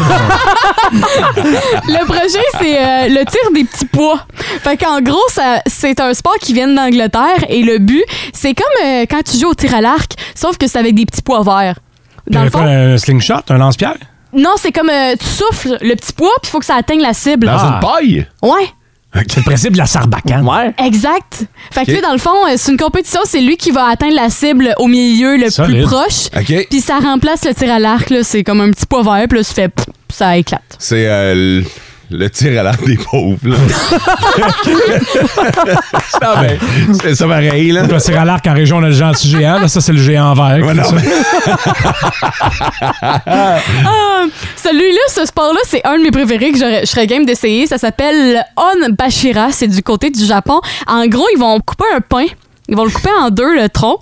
Le projet, c'est euh, le tir des petits poids. Fait qu'en gros, ça, c'est un sport qui vient d'Angleterre et le but, c'est comme euh, quand tu joues au tir à l'arc, sauf que c'est avec des petits poids verts. Dans le T'avais quoi, fond, un slingshot, un lance-pierre? non, c'est comme euh, tu souffles le petit poids, puis il faut que ça atteigne la cible. Dans Ah. une paille? Ouais. C'est le principe de la sarbacane. Ouais. Exact. Fait que Ok. lui, dans le fond, euh, c'est une compétition, c'est lui qui va atteindre la cible au milieu le Solide. plus proche. OK. Puis ça remplace le tir à l'arc, là. C'est comme un petit poids vert, puis là, tu fais pff, ça éclate. C'est euh, le- le tir à l'arc des pauvres. Là. Ah ben, c'est ça pareil, là. Le tir à l'arc en région, on a le géant géant. Là, ça, c'est le géant vert. Ouais, non, mais- Celui-là, ce sport-là, c'est un de mes préférés que j'aurais- je serais game d'essayer. Ça s'appelle le Onbashira. C'est du côté du Japon. En gros, ils vont couper un pain. Ils vont le couper en deux, le tronc.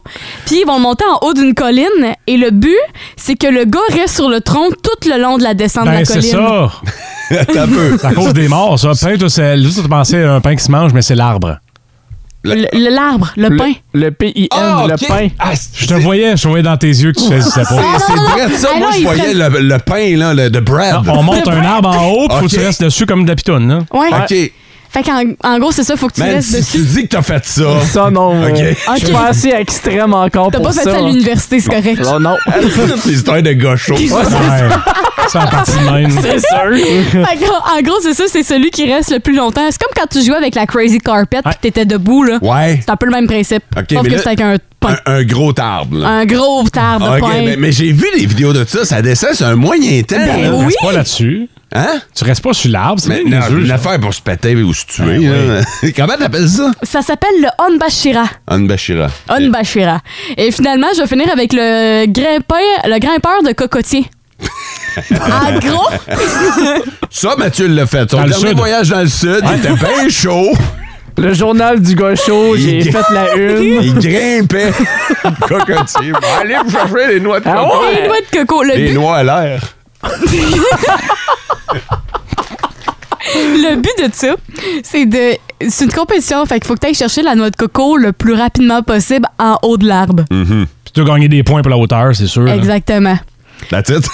Puis ils vont le monter en haut d'une colline. Et le but, c'est que le gars reste sur le tronc tout le long de la descente de Ben, la c'est colline. ça. Attends un peu. C'est à cause des morts, ça. Pain, toi, c'est. Là, tu pensais à un pain qui se mange, mais c'est l'arbre. Le- le- L'arbre, le, pain. Le PIN, Ah, le ok. pain. Ah, c'est- Je te voyais, je te voyais dans tes yeux que tu saisissais pas. C'est c'est vrai de ça. Ah Moi, non, je ils voyais le, le pain, là, le, de bread. On monte un arbre en haut, puis faut que tu Ok. restes dessus comme de la pitoune, là. Ouais. OK. Fait qu'en en gros, c'est ça, faut que tu Man, restes si dessus. tu dis que t'as fait ça... Ça, non. Ok. euh, Je suis Ok. pas assez extrême encore T'as pour pas fait ça à l'université, c'est correct. Oh non. C'est l'histoire de gaucho. Ouais. C'est en partie de même. C'est sûr. Fait qu'en- en gros, c'est ça, c'est celui qui reste le plus longtemps. C'est comme quand tu jouais avec la Crazy Carpet pis Ouais. t'étais debout, là. Ouais. C'est un peu le même principe. Ok, Sauf mais que là- c'est avec un pain. Un, un gros arbre, là. Un, gros tard de OK, pain. mais, mais j'ai vu les vidéos de ça. Ça descend, c'est un moyen temps. Ben là. Tu oui. restes pas là-dessus. Hein? Tu restes pas sur l'arbre, c'est Mais bien non, niaiseux, une ça. affaire pour se péter ou se tuer. Ben là. Comment t'appelles ça? Ça s'appelle le Onbashira. Anbashira. Onbashira. Et finalement, je vais finir avec le grimpeur, le grimpeur de cocotier. en gros, Ça, Mathieu l'a fait. Son Dans le dernier sud. voyage dans le sud, il était bien chaud. Le journal du gaucho, j'ai Il- fait la une. Il grimpait. Cocotier. Bon, Allez vous chercher les noix de Ah coco. les noix de coco. Le Les but, noix à l'air. le but de ça, c'est de. C'est une compétition, fait qu'il faut que tu ailles chercher la noix de coco le plus rapidement possible en haut de l'arbre. Mm. Puis tu as gagné des points pour la hauteur, c'est sûr. là. Exactement. La titre.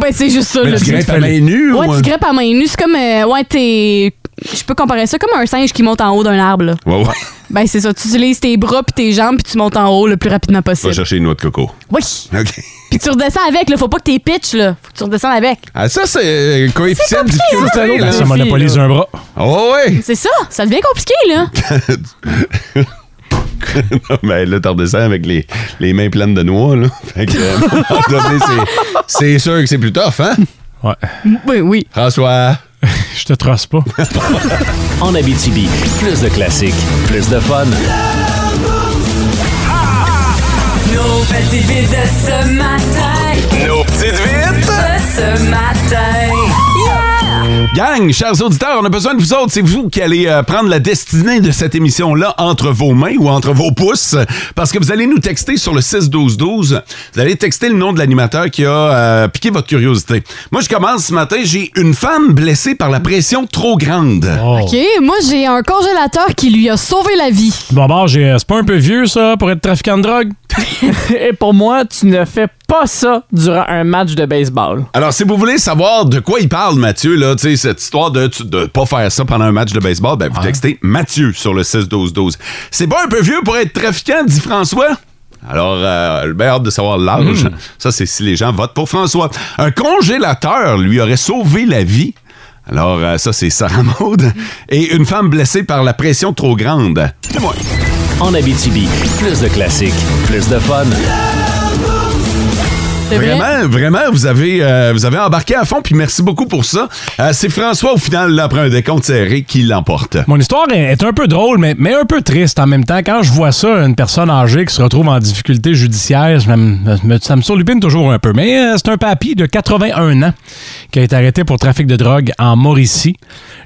Ben, c'est juste ça, Mais le tu but. grimpes à main nue Ouais, ou un- tu grimpes à main nue. C'est comme. euh, ouais, t'es. Je peux comparer ça comme un singe qui monte en haut d'un arbre, là. Ouais, ouais. Ben, c'est ça. Tu utilises tes bras puis tes jambes puis tu montes en haut le plus rapidement Va possible. chercher une noix de coco. Oui. OK. Puis tu redescends avec, là. Faut pas que t'es pitch, là. Faut que tu redescends avec. Ah, ça, c'est euh, coefficient de difficulté. Ben, là. ça monopolise un bras. Oh, ouais. C'est ça. Ça devient compliqué, là. non, mais là, t'en redescends avec les, les mains pleines de noix, là. Fait que, euh, à un moment donné, c'est- c'est sûr que c'est plus tough, hein? Ouais. oui, oui. François. Je te trosse pas. En Abitibi, plus de classiques, plus de fun. Nos petites vites de ce matin. Nos petites vites de ce matin. Yeah! Gang, chers auditeurs, on a besoin de vous autres. C'est vous qui allez euh, prendre la destinée de cette émission-là entre vos mains ou entre vos pouces, euh, parce que vous allez nous texter sur le 6-12-12. Vous allez texter le nom de l'animateur qui a euh, piqué votre curiosité. Moi, je commence ce matin. J'ai une femme blessée par la pression trop grande. Oh. OK. Moi, j'ai un congélateur qui lui a sauvé la vie. Bon, bah, j'ai- c'est pas un peu vieux, ça, pour être trafiquant de drogue? Et pour moi, tu ne fais pas ça durant un match de baseball. Alors, si vous voulez savoir de quoi il parle, Mathieu, là, tu sais, cette histoire de ne pas faire ça pendant un match de baseball, ben, vous textez Mathieu sur le 6-12-12. C'est pas un peu vieux pour être trafiquant, dit François? Alors, euh, ben, hâte de savoir l'âge. Ça, c'est si les gens votent pour François. Un congélateur lui aurait sauvé la vie. Alors, euh, ça, c'est Sarah Maud. Et une femme blessée par la pression trop grande. C'est moi. En Abitibi, plus de classiques, plus de fun. C'est vrai? Vraiment, vraiment, vous avez, euh, vous avez embarqué à fond, puis merci beaucoup pour ça. Euh, c'est François, au final, là, après un décompte serré, qui l'emporte. Mon histoire est est un peu drôle, mais, mais un peu triste en même temps. Quand je vois ça, une personne âgée qui se retrouve en difficulté judiciaire, je me- me- ça me surlupine toujours un peu. Mais euh, c'est un papy de 81 ans qui a été arrêté pour trafic de drogue en Mauricie.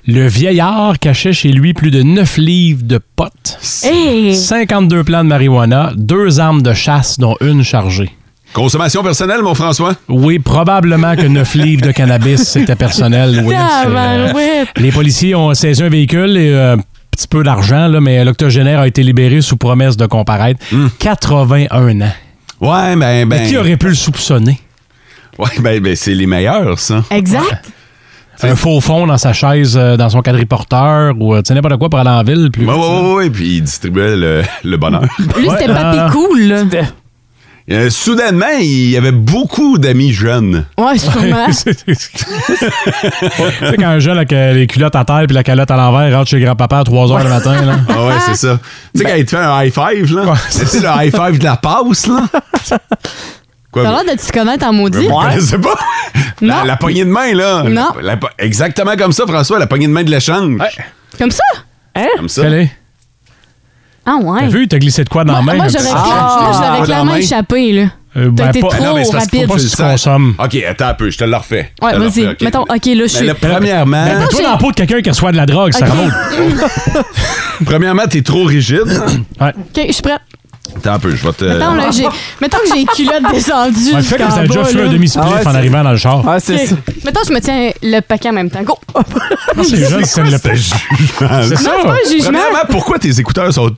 Le vieillard cachait chez lui plus de 9 livres de potes, Hey! 52 plants de marijuana, deux armes de chasse, dont une chargée. Consommation personnelle, mon François? Oui, probablement que 9 livres de Ah, ben cannabis, c'était personnel. oui. C'est, euh, Tabarouette. les policiers ont saisi un véhicule et euh, petit peu d'argent, là, mais l'octogénaire a été libéré sous promesse de comparaître. 81 ans. Ouais, Hmm. ben, ben. Mais qui aurait pu le soupçonner? Ouais, ben, ben, c'est les meilleurs, ça. Exact. Un faux fond dans sa chaise, euh, dans son quadriporteur, ou euh, tu sais, n'importe quoi pour aller en ville. Plus Ouais, ouais, ouais, ouais, puis il distribuait le, le bonheur. Lui, c'était pas cool, là. Euh, soudainement, il y avait beaucoup d'amis jeunes. Ouais, sûrement. C'est- c'est- c'est- tu sais, quand un jeune avec euh, les culottes à terre puis la calotte à l'envers il rentre chez grand-papa à 3 h le matin, là. Ah ouais, c'est ça. Tu Ben sais, quand il te fait un high five, là. c'est le high five de la passe, là. Quoi, T'as vous- l'air de te connaître en maudit. vous connaissez pas? La, Non. la poignée de main, là. Non. La- la po- exactement comme ça, François, la poignée de main de l'échange. Comme ça? Comme ça. Fais-le. Ah ouais. T'as vu, t'as glissé de quoi dans la main? Moi, un j'aurais petit- cla- je l'aurais Ah, dans la clairement main. échappé, là. Euh, ben, T'as été pas- Ah trop Ben non, mais c'est parce qu'il rapide. faut Tu pas le que tu sens. consommes. OK, attends un peu, je te le refais. Je Ouais, te le vas-y. refais, ok. Mettons, OK, là, je Mais suis. là, premièrement, Ben, Toi, dans la peau de quelqu'un qui reçoit de la drogue, ça Ok. remonte. premièrement, t'es trop rigide. Ouais. OK, je suis prête. Attends un peu, je vais te. Mettons, là, j'ai... Mettons que j'ai les culottes descendues. Ouais, fais comme jusqu'en ça déjà bas, fait là. un demi-split Ah ouais, en c'est- arrivant dans le char. Ah, c'est ça. OK. Mettons, je me tiens le paquet en même temps. Go! Ah, Ah, C'est les jeunes, c'est le C'était jugement. C'est ça. Non, c'est pas un jugement. Premièrement, pourquoi tes écouteurs sont,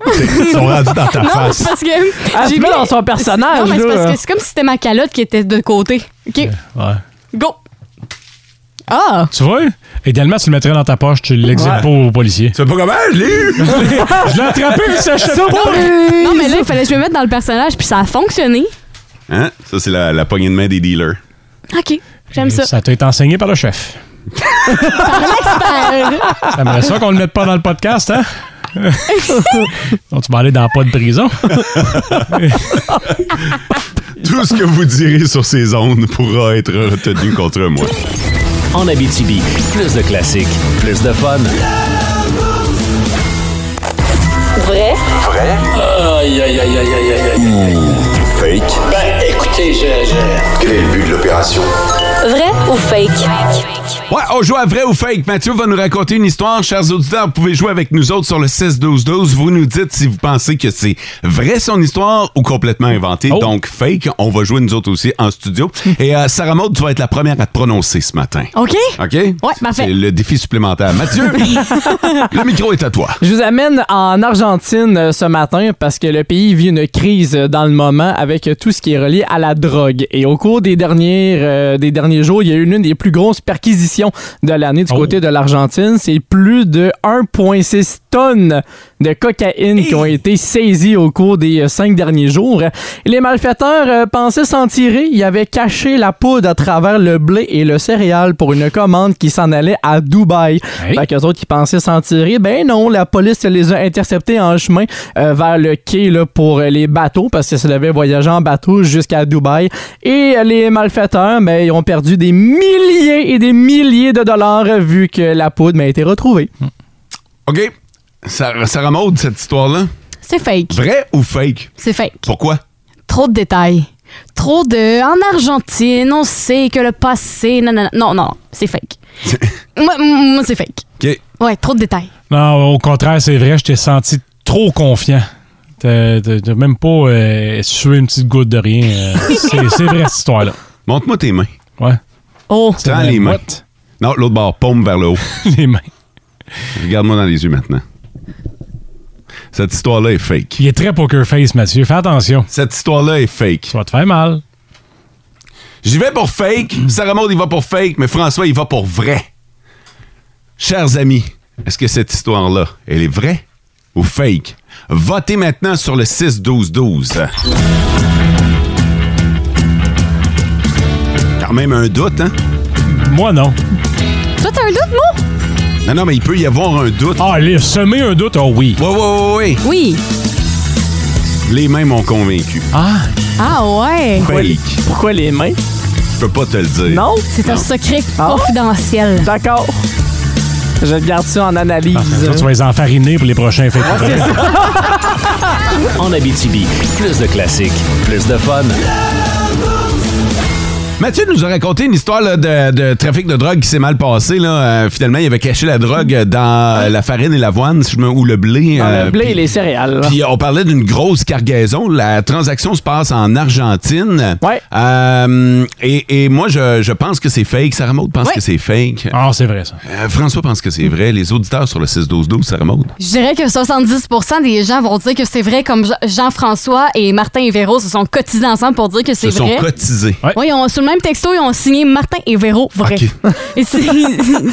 sont rendus dans ta Non, mais face? c'est parce que. Elle j'ai se met mis- Ah, dans son personnage, Non, mais c'est là. parce que c'est comme si c'était ma calotte qui était de côté. OK, Ouais. go! Ah! Tu vois? Idéalement, tu le mettrais dans ta poche, tu l'exhibes pas aux policiers. Tu sais pas comment? Je l'ai eu! Je l'ai attrapé, il s'achète pas! Non, mais là, il fallait que je me mette dans le personnage, puis ça a fonctionné. Hein? Ça, c'est la, la poignée de main des dealers. OK, j'aime ça. Ça t'a été enseigné par le chef. T'aimerais ça qu'on le mette pas dans le podcast, hein? Donc, tu vas aller dans pas de prison. Tout ce que vous direz sur ces ondes pourra être retenu contre moi. En Abitibi, plus de classiques, plus de fun. Vrai, Aïe, aïe, aïe, aïe, aïe, aïe, aïe. Mmh, Fake. Ben, écoutez, je- je... Quel est le but de l'opération? vrai ou fake? Ouais, on joue à vrai ou fake. Mathieu va nous raconter une histoire. Chers auditeurs, vous pouvez jouer avec nous autres sur le 16-12-12. Vous nous dites si vous pensez que c'est vrai son histoire ou complètement inventée. Oh. Donc, fake. On va jouer nous autres aussi en studio. Et euh, Sarah Maud, tu vas être la première à te prononcer ce matin. OK? OK? Ouais, Oh. parfait. C'est le défi supplémentaire. Mathieu, le micro est à toi. Je vous amène en Argentine euh, ce matin parce que le pays vit une crise euh, dans le moment avec euh, tout ce qui est relié à la drogue. Et au cours des derniers, euh, des derniers jours, il y a eu l'une des plus grosses perquisitions de l'année du Oh. côté de l'Argentine. C'est plus de 1,6 tonnes de cocaïne qui ont été saisies au cours des euh, cinq derniers jours. Et les malfaiteurs euh, pensaient s'en tirer. Ils avaient caché la poudre à travers le blé et le céréal pour une commande qui s'en allait à Dubaï. Hey. Fait qu'eux autres qui pensaient s'en tirer, ben non, la police les a interceptés en chemin euh, vers le quai là, pour euh, les bateaux parce qu'ils se devaient voyager en bateau jusqu'à Dubaï. Et euh, les malfaiteurs, ben, ils ont perdu des milliers et des milliers de dollars euh, vu que la poudre ben, a été retrouvée. OK? Sarah, Sarah Maud, cette histoire-là, C'est fake. vrai ou fake? C'est fake. Pourquoi? Trop de détails. Trop de. En Argentine, on sait que le passé. nanana. Non, non, c'est fake. moi, moi c'est fake. OK. Ouais, trop de détails. Non, au contraire, c'est vrai, je t'ai senti trop confiant. T'as t'as- t'as même pas euh, sué une petite goutte de rien. euh, c'est c'est vrai, cette histoire-là. Montre-moi tes mains. Ouais. Oh! C'est Tends vrai. les mains. What? Non, l'autre bord, paume vers le haut. Les mains. Regarde-moi dans les yeux maintenant. Cette histoire-là est fake. Il est très poker face, Mathieu. Fais attention. Cette histoire-là est fake. Tu vas te faire mal. J'y vais pour fake. Sarah Maud, il va pour fake, mais François, il va pour vrai. Chers amis, est-ce que cette histoire-là, elle est vraie ou fake? Votez maintenant sur le 6-12-12. Quand même un doute, hein? Moi, non. Toi, t'as un doute, moi? Non, non, mais il peut y avoir un doute. Ah, les semer un doute, oh oui. Ouais, ouais, ouais, ouais. Oui. Les mains m'ont convaincu. Ah, Ah ouais! Fake. Pourquoi les mains? Je peux pas te le dire. Non? C'est un secret Ah. confidentiel. D'accord. Je garde ça en Ah, analyse. toi, tu vas les enfariner pour les prochains fêtes. Ah, En Abitibi, plus de classiques, plus de fun. Mathieu nous a raconté une histoire là, de, de trafic de drogue qui s'est mal passé. Là. Euh, finalement, il avait caché la drogue dans euh, la farine et l'avoine, si je me- ou le blé. Dans euh, le blé puis- et les céréales. là. Puis on parlait d'une grosse cargaison. La transaction se passe en Argentine. Ouais. Euh, et, et moi, je, je pense que c'est fake. Sarah Maud pense Ouais. que c'est fake. Ah, c'est vrai, ça. Euh, François pense que c'est vrai. Les auditeurs sur le 6-12-12, Sarah Maud. Je dirais que 70 des gens vont dire que c'est vrai, comme Jean- Jean-François et Martin et Véro se sont cotisés ensemble pour dire que c'est Se sont vrai. cotisés. Ouais. Oui, ils ont- sur le même texto, ils ont signé Martin et Véro, vrai. Et si-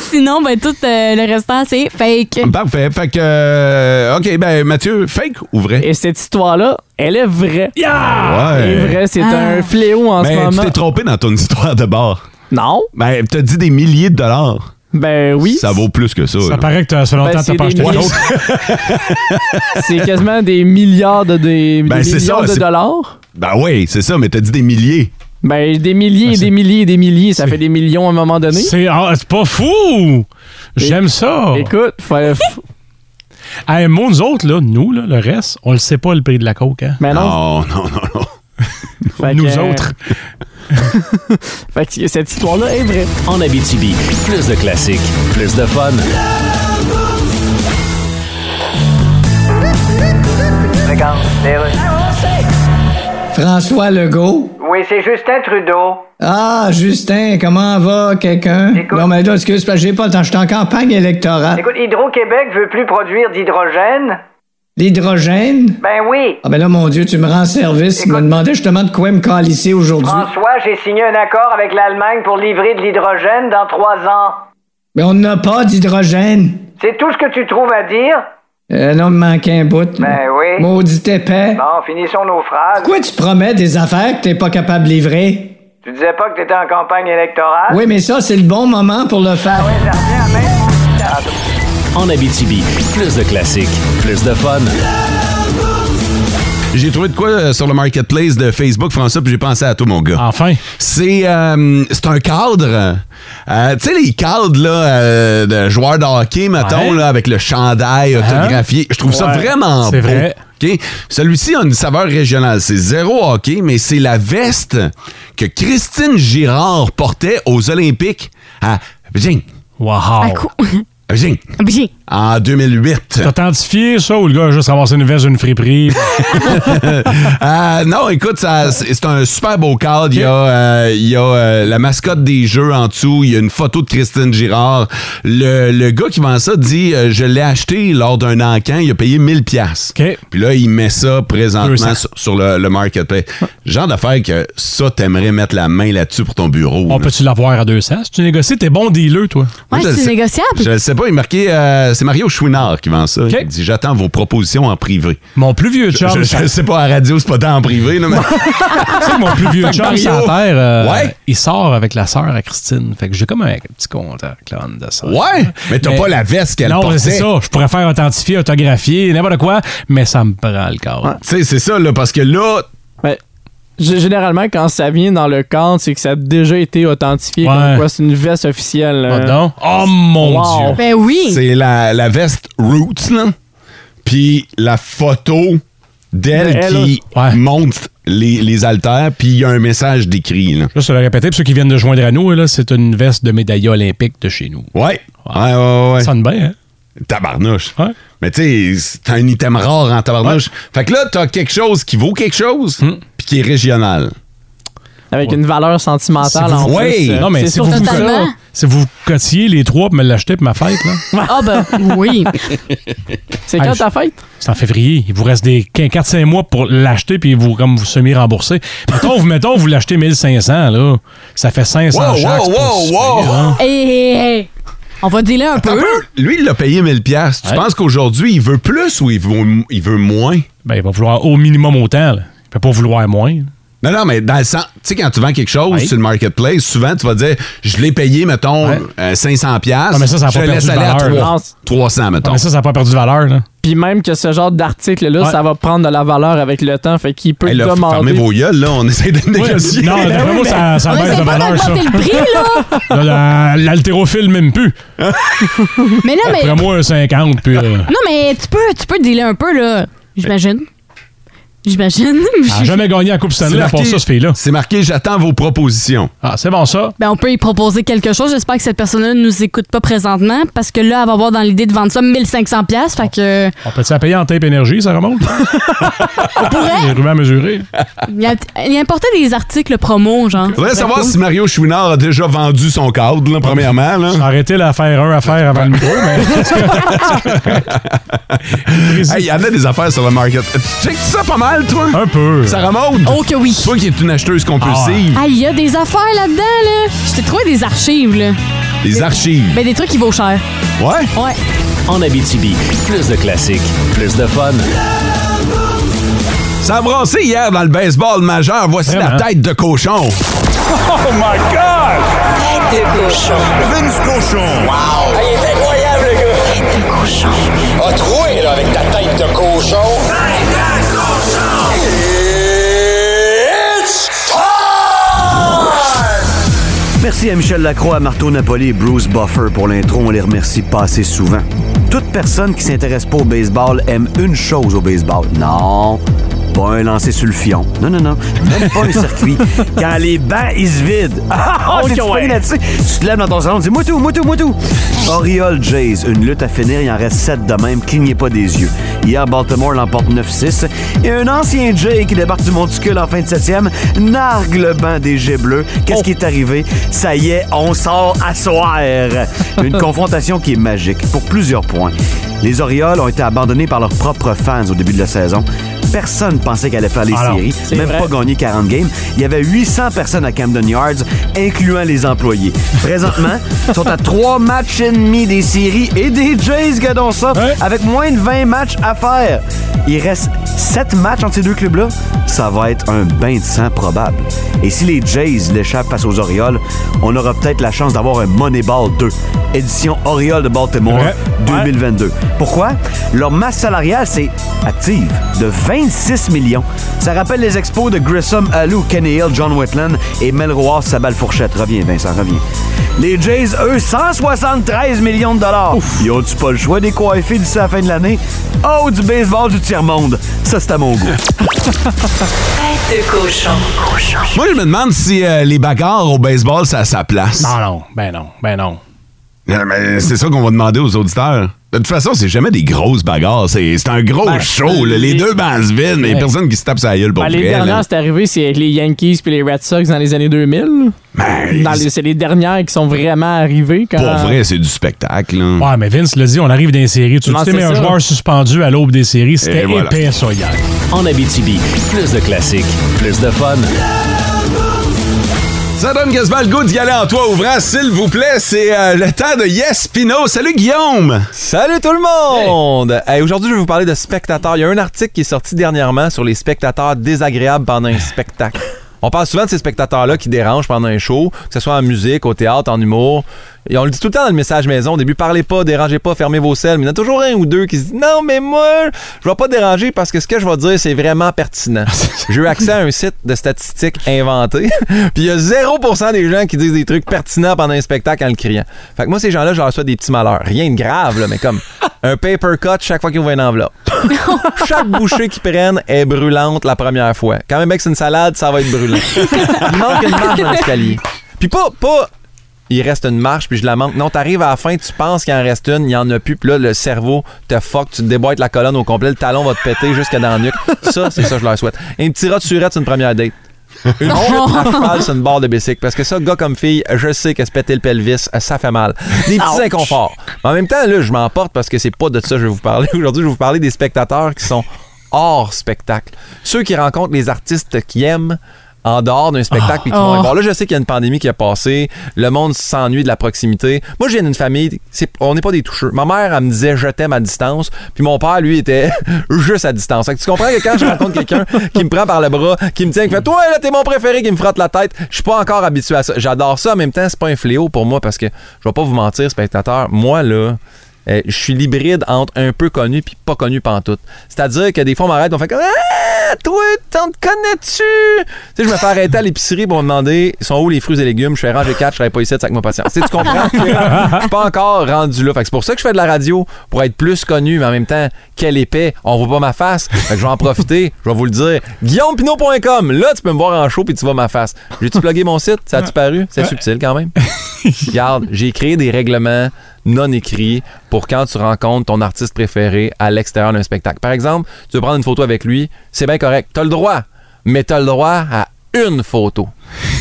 sinon, ben, tout euh, le restant, c'est fake. Parfait. Fait que. euh, OK, ben Mathieu, fake ou vrai? Et cette histoire-là, elle est vraie. Elle est Ouais. vraie, c'est Ah. un fléau en Mais ce Euh. Ben, tu moment. t'es trompé dans ton histoire de bord. Non, Ben, t'as dit des milliers de dollars. ben oui. Ça vaut plus que ça. Ça là. paraît que t'as- ça fait Ben, longtemps que c'est t'as pas des acheté milliers- d'autres. C'est quasiment des milliards de, des, Ben, des c'est ça, millions de c'est- dollars. Ben oui, c'est ça, mais t'as dit des milliers. Ben, des milliers et c'est- des milliers et des milliers, ça fait des millions à un moment donné. C'est ah, c'est pas fou! J'aime ça! Écoute, fa- f- Hey, moi, nous autres, là, nous, là, le reste, on le sait pas le prix de la coke. Hein? mais non, Ah Non, non, non, non. Ben, fait nous que- autres. fait que cette histoire-là est vraie. En Abitibi, plus de classiques, plus de fun. François Legault. Oui, c'est Justin Trudeau. Ah, Justin, comment va quelqu'un? Écoute- Non, mais là, excuse, parce que j'ai pas le temps. Je suis en campagne électorale. Écoute, Hydro-Québec veut plus produire d'hydrogène. L'hydrogène? Ben oui. Ah ben là, mon Dieu, tu me rends service. Tu me Écoute- Ah. demandais justement de quoi me calisser aujourd'hui. François, j'ai signé un accord avec l'Allemagne pour livrer de l'hydrogène dans trois ans. Mais Ben, on n'a pas d'hydrogène. C'est tout ce que tu trouves à dire? Euh, non, il me manquait un bout. là. Ben oui. Maudit épais. Bon, finissons nos phrases. Pourquoi tu promets des affaires que t'es pas capable de livrer? Tu disais pas que t'étais en campagne électorale? Oui, mais ça, c'est le bon moment pour le faire. Ça revient à même- En Abitibi, plus de classiques, plus de fun. J'ai trouvé de quoi euh, sur le marketplace de Facebook, François, puis j'ai pensé à toi, mon gars. Enfin. C'est euh, c'est un cadre. Euh, tu sais, les cadres là, euh, de joueurs de hockey, mettons, Ouais. Hein? là, avec le chandail autographié. Je trouve ça Ouais, vraiment c'est beau. vrai. OK? Celui-ci a une saveur régionale. C'est zéro hockey, mais c'est la veste que Christine Girard portait aux Olympiques à Beijing. À Wow! coup- à Beijing, Bien. En 2008. T'authentifies ça ou le gars a juste ramassé une veste d'une friperie? Euh, non, écoute, ça, c'est c'est un super beau cadre. Il y a, euh, il y a euh, la mascotte des jeux en dessous. Il y a une photo de Christine Girard. Le, le gars qui vend ça dit euh, Je l'ai acheté lors d'un encan. Il a payé 1000 pièces. OK. Puis là, il met ça présentement 200. sur, sur le, le marketplace. Genre d'affaire que ça, t'aimerais mettre la main là-dessus pour ton bureau. on là. peut-tu l'avoir à 200? Si tu négocies, t'es bon dealer, toi. Ouais, Je le c'est sais- négociable. Je le sais pas. Il est marqué euh, C'est Mario Chouinard qui vend ça. OK. Il dit J'attends vos propositions en privé. Mon plus vieux Je, chum, je- ça- je sais pas, à la radio, c'est pas tant en privé, là, mais. Tu sais, mon plus vieux chum, Mario- sur la terre, euh, Ouais. il sort avec la sœur à Christine. Fait que j'ai comme un petit contact, là, en dedans de ça. Ouais, mais t'as pas la veste qu'elle non, portait. mais c'est ça. Je pourrais faire authentifier, autographier, n'importe quoi, mais ça me prend le corps. Tu sais, c'est ça, là, parce que là, Ben, g- généralement, quand ça vient dans le cadre, c'est que ça a déjà été authentifié Ouais. comme quoi c'est une veste officielle. Pas euh. de don. Oh mon Wow. Dieu! Ben oui. c'est la, la veste Roots, là. Puis la photo d'elle Elle, qui ouais. montre les, les haltères, puis il y a un message d'écrit, là. Juste le répéter, pour ceux qui viennent de joindre à nous, là, c'est une veste de médaille olympique de chez nous. Ouais. Ouais, ouais, ouais. Ça sonne bien, hein? Tabarnouche. Ouais. Mais tu sais, c'est un item rare en tabarnouche. Fait que là, t'as quelque chose qui vaut quelque chose, Hmm. puis qui est régional. Avec une valeur sentimentale Si en vous- plus. Ouais. euh, non, mais c'est si sûr vous, que vous, ça- Totalement. si vous cotiez les trois pour me l'acheter pour ma fête, là, Ah ben oui. C'est Ah, quand je- ta fête? c'est en février. Il vous reste des 4-5 mois pour l'acheter puis vous, comme vous semi-rembourser. Mettons, vous, mettons, vous l'achetez 1500, là. Ça fait 500 Wow, chaque. wow, c'est pas wow, si wow. pire, hein. Hey, hey, hey. Eh, On va dealer un peu. Lui, il l'a payé 1000$. piastres. Tu Ouais. penses qu'aujourd'hui, il veut plus ou il veut, il veut moins? Ben, il va vouloir au minimum autant, là. Il peut pas vouloir moins. Non, non, mais dans le sens, tu sais, quand tu vends quelque chose Ouais. sur le marketplace, souvent, tu vas dire, je l'ai payé, mettons, Ouais. euh, 500 pièces Non, mais ça, ça a je pas le perdu laisse de aller à valeur, trois- là. 300, mettons. Mais ça, ça n'a pas perdu de valeur, là. Puis même que ce genre d'article-là, Ouais. ça va prendre de la valeur avec le temps. Fait qu'il peut Hey, là, fermez demander. vos yeux, là, on essaie de négocier. Non, Ben d'après oui, moi, ça, On ça baisse essaie de pas valeur, ça. d'augmenter le prix, là. Là, la- L'haltérophile, même plus. Mais là, mais. Après moi, un 50, puis... euh, Non, mais tu peux, tu peux dealer un peu, là. J'imagine. j'imagine. Elle Ah, a jamais gagné la Coupe Stanley à part ça, ce fille-là. C'est marqué J'attends vos propositions. Ah, c'est bon ça. Ben, on peut y proposer quelque chose. J'espère que cette personne-là ne nous écoute pas présentement parce que là, elle va avoir dans l'idée de vendre ça 1500$. piastres, Fait que. On peut la payer en tape énergie, ça remonte? Ah, On pourrait. Les rubans mesurés. Il, a, il importait des articles promo, genre. Je Ben, voudrais savoir si Mario Chouinard a déjà vendu son cadre, là, premièrement. Là. Arrêtez la faire un à faire avant le micro, mais. hey, il y en a des affaires sur le market. Tu check ça pas mal, toi? Un peu. Ça remonte. Oh, que oui. Toi qui es une acheteuse compulsive. Ah, il y a des affaires là-dedans, là. Je t'ai trouvé des archives, là. Des archives. Ben, des trucs qui vaut cher. Ouais? Ouais. En Abitibi, plus de classiques, plus de fun. Ça a brassé hier dans le baseball majeur. Voici la tête de cochon. Oh my God! Tête de cochon. Vince cochon. Wow! Ah, il est incroyable, le gars! Tête de cochon. A troué, là, avec ta tête de cochon. Tête de cochon! It's Merci à Michel Lacroix, à Marteau Napoli et Bruce Buffer pour l'intro. On les remercie pas assez souvent. Toute personne qui s'intéresse pas au baseball aime une chose au baseball. Non, pas un lancer sur le fion. Non, non, non. Même pas un circuit. Quand les bancs, ils se vident. Ah, Ok, t'es-tu ouais. pogné là-dessus? Tu te lèves dans ton salon, tu dis Moi tout, moi tout, moi tout. Oriole Jays, une lutte à finir, il en reste 7 de même, clignez pas des yeux. Hier, Baltimore l'emporte 9-6. Et un ancien Jay qui débarque du monticule en fin de 7e nargue le banc des Jets bleus. Qu'est-ce qui est arrivé? Ça y est, on sort à soir. Une confrontation qui est magique pour plusieurs points. Les Orioles ont été abandonnés par leurs propres fans au début de la saison. Personne pensait qu'elle allait faire les Ah non, séries, c'est même vrai. pas gagné 40 games. Il y avait 800 personnes à Camden Yards, incluant les employés. Présentement, ils sont à 3 matchs et demi des séries et des Jays, gadon ça, avec moins de 20 matchs à faire. Il reste 7 matchs entre ces deux clubs-là. Ça va être un bain de sang probable. Et si les Jays l'échappent face aux Orioles, on aura peut-être la chance d'avoir un Moneyball 2, édition Orioles de Baltimore Ouais. 2022. Pourquoi? Leur masse salariale, c'est active, de 26 millions. Ça rappelle les expos de Grissom, Alou, Kenny Hill, John Wetland et Melroy Sabal Fourchette. Reviens, Vincent, reviens. Les Jays, eux, 173 millions de dollars. Ils ont-tu pas le choix des coiffés d'ici la fin de l'année? Oh, du baseball du tiers-monde. Ça, c'est à mon goût. Tête de cochon. Cochon. Moi, je me demande si euh, les bagarres au baseball, ça a sa place. Non, non. Ben non. Ben non. Euh, mais c'est ça qu'on va demander aux auditeurs. De toute façon, c'est jamais des grosses bagarres. C'est c'est un gros Ben, show. là. Les, les- deux bandes se vident, mais il y a Ouais. personne qui se tape sa gueule pour Ben, vrai. les là. dernières, c'est arrivé, c'est avec les Yankees puis les Red Sox dans les années 2000. Dans les- c'est les dernières qui sont vraiment arrivées. Quand... Pour Ben, vrai, c'est du spectacle. là. Ouais, mais Vince l'a dit, on arrive dans les séries. Tu Non, sais, c'est mais un ça. joueur suspendu à l'aube des séries, c'était Et voilà. épais, ça, hier. En Abitibi, plus de classiques, plus de fun. Ça donne quasiment le goût d'y aller en toi ouvrant, s'il vous plaît. C'est euh, le temps de Yes Pino. Salut Guillaume! Salut tout le monde! Hey, Aujourd'hui, je vais vous parler de spectateurs. Il y a un article qui est sorti dernièrement sur les spectateurs désagréables pendant un spectacle. On parle souvent de ces spectateurs-là qui dérangent pendant un show, que ce soit en musique, au théâtre, en humour. Et on le dit tout le temps dans le message maison. Au début, parlez pas, dérangez pas, fermez vos selles. Mais il y en a toujours un ou deux qui se disent Non, mais moi, je vais pas déranger parce que ce que je vais dire, c'est vraiment pertinent. J'ai eu accès à un site de statistiques inventées. Puis il y a 0% des gens qui disent des trucs pertinents pendant un spectacle en le criant. Fait que moi, ces gens-là, je leur souhaite des petits malheurs. Rien de grave, là, mais comme un paper cut chaque fois qu'ils ouvrent une enveloppe. Chaque bouchée qu'ils prennent est brûlante la première fois. Quand même, mec, c'est une salade, ça va être brûlant. Il manque une marche dans l'escalier. Puis pas, pas, il reste une marche, puis je la manque. Non, t'arrives à la fin, tu penses qu'il en reste une, il n'y en a plus, puis là, le cerveau te fuck, tu te déboîtes la colonne au complet, le talon va te péter jusque dans la nuque. Ça, c'est ça, que je leur souhaite. Et un petit rat de surette, c'est une première date. Une chute à cheval sur une barre de bicycle. Parce que ça, gars comme fille, je sais que se péter le pelvis, ça fait mal. Des petits Ouch. inconforts. Mais en même temps, là, je m'emporte parce que c'est pas de ça que je vais vous parler. Aujourd'hui, je vais vous parler des spectateurs qui sont hors spectacle. Ceux qui rencontrent les artistes qui aiment en dehors d'un spectacle puis qui vont Oh. les voir. Là, je sais qu'il y a une pandémie qui a passé. Le monde s'ennuie de la proximité. Moi, je viens d'une famille, c'est- on n'est pas des toucheux. Ma mère, elle me disait je t'aime à distance. Puis mon père, lui, était juste à distance. Fait que tu comprends que quand je rencontre quelqu'un qui me prend par le bras, qui me tient, qui fait Toi, là, t'es mon préféré, qui me frotte la tête, je suis pas encore habitué à ça. J'adore ça. En même temps, c'est pas un fléau pour moi parce que je vais pas vous mentir, spectateur. Moi, là, euh, je suis l'hybride entre un peu connu puis pas connu pantoute. C'est-à-dire que des fois, on m'arrête, on fait comme Ah, toi, t'en te connais-tu? Tu sais, je me fais arrêter à l'épicerie pour me demander sont où les fruits et légumes. Je fais rangé 4, je serais pas ici, avec ma patience. Tu sais, tu comprends? que Je suis pas encore rendu là. Fait que c'est pour ça que je fais de la radio, pour être plus connu, mais en même temps, quel épais, on voit pas ma face. Fait que je vais en profiter, je vais vous le dire. GuillaumePinot.com, là, tu peux me voir en show puis tu vois ma face. J'ai-tu plugué mon site? Ça a-tu paru? C'est subtil quand même. Regarde, j'ai créé des règlements non écrits pour quand tu rencontres ton artiste préféré à l'extérieur d'un spectacle. Par exemple, tu veux prendre une photo avec lui, c'est bien correct. T'as le droit, mais t'as le droit à une photo.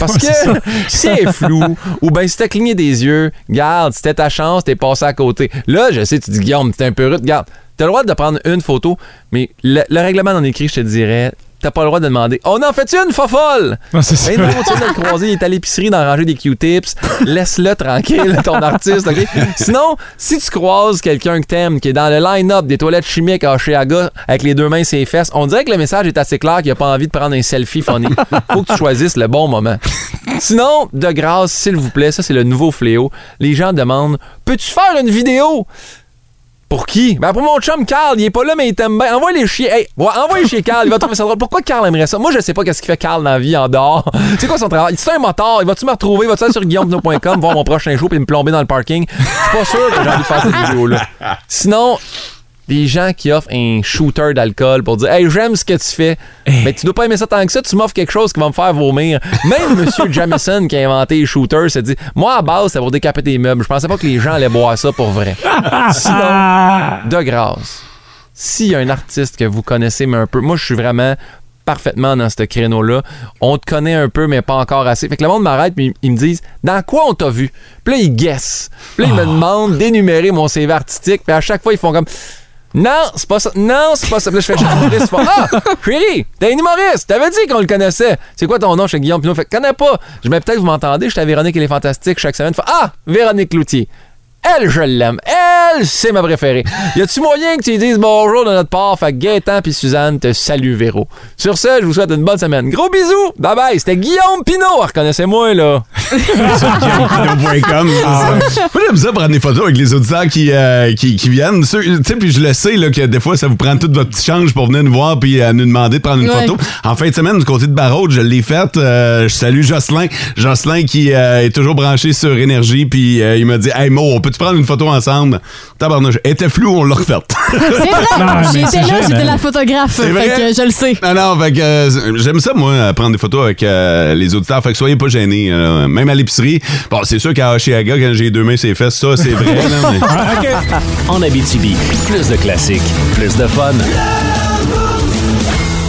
Parce que si elle est flou, ou bien si t'as cligné des yeux, garde, c'était ta chance, t'es passé à côté. Là, je sais, tu dis Guillaume, t'es un peu rude, garde, t'as le droit de prendre une photo, mais le, le règlement non écrit, je te dirais, t'as pas le droit de demander On en fait une, fofolle Non, c'est Ben ça. non, tu viens de le croiser, il est à l'épicerie d'en ranger des Q-tips, laisse-le tranquille, ton artiste, ok? Sinon, si tu croises quelqu'un que t'aimes, qui est dans le line-up des toilettes chimiques à Oshiaga, avec les deux mains ses fesses, on dirait que le message est assez clair qu'il a pas envie de prendre un selfie funny. Faut que tu choisisses le bon moment. Sinon, de grâce, s'il vous plaît, ça c'est le nouveau fléau. Les gens demandent Peux-tu faire une vidéo pour qui? Ben pour mon chum Carl, il est pas là, mais il t'aime bien. Envoie les chiens. Hey, ouais, envoie les chiens Carl, il va trouver ça drôle. Pourquoi Carl aimerait ça? Moi, je sais pas qu'est-ce qu'il fait Carl dans la vie en dehors. C'est quoi son travail? C'est un moteur. Il va-tu me retrouver? Il Va-tu aller sur guillaumepinot.com, voir mon prochain show puis me plomber dans le parking? Je suis pas sûr que j'ai envie de faire cette vidéo-là. Sinon, les gens qui offrent un shooter d'alcool pour dire Hey, j'aime ce que tu fais, mais tu dois pas aimer ça tant que ça, tu m'offres quelque chose qui va me faire vomir. Même Monsieur Jamison qui a inventé les shooters s'est dit Moi, à base, c'est pour décaper des meubles. Je pensais pas que les gens allaient boire ça pour vrai. Sinon, de grâce, s'il y a un artiste que vous connaissez, mais un peu, moi, je suis vraiment parfaitement dans ce créneau-là. On te connaît un peu, mais pas encore assez. Fait que le monde m'arrête, puis ils me disent Dans quoi on t'a vu Puis là, ils guessent. Puis là, ils me demandent d'énumérer mon CV artistique, puis à chaque fois, ils font comme. Non, c'est pas ça. Non, c'est pas ça. Puis là, je fais genre, humoriste. Ils font, Ah, chérie, t'es un humoriste. T'avais dit qu'on le connaissait. C'est quoi ton nom chez Guillaume Pinot? Fait que, connais pas. Je dis, mais peut-être que vous m'entendez. J'étais à Véronique et les Fantastiques chaque semaine. Fait, ah, Véronique Loutier. Elle, je l'aime. Elle, c'est ma préférée. Y a-tu moyen que tu lui dises bonjour de notre part? Fait que Gaëtan puis Suzanne te saluent, Véro. Sur ce, je vous souhaite une bonne semaine. Gros bisous. Bye bye. C'était Guillaume Pinot. Reconnaissez-moi, là. Guillaume.com. Ah. Moi, j'aime ça prendre des photos avec les auditeurs qui, euh, qui, qui viennent. Ceux- Tu sais, puis je le sais là, que des fois, ça vous prend tout votre petit change pour venir nous voir puis euh, nous demander de prendre une Ouais. photo. En fin de semaine, du côté de Barraud, je l'ai faite. Euh, je salue Jocelyn. Jocelyn qui euh, est toujours branché sur Énergie, puis euh, il m'a dit Hey Mo, on peut-tu prendre une photo ensemble Tabarnouche. Elle était floue, on l'a refaite. C'est vrai, j'étais là, j'étais la photographe. C'est vrai? Fait que je le sais. Non, non, fait que euh, j'aime ça, moi, euh, prendre des photos avec euh, les auditeurs. Fait que soyez pas gênés. euh, même à l'épicerie. Bon, c'est sûr qu'à Oshiaga, quand j'ai deux mains sur les fesses, ça, c'est vrai. là, mais- En Abitibi, plus de classiques, plus de fun.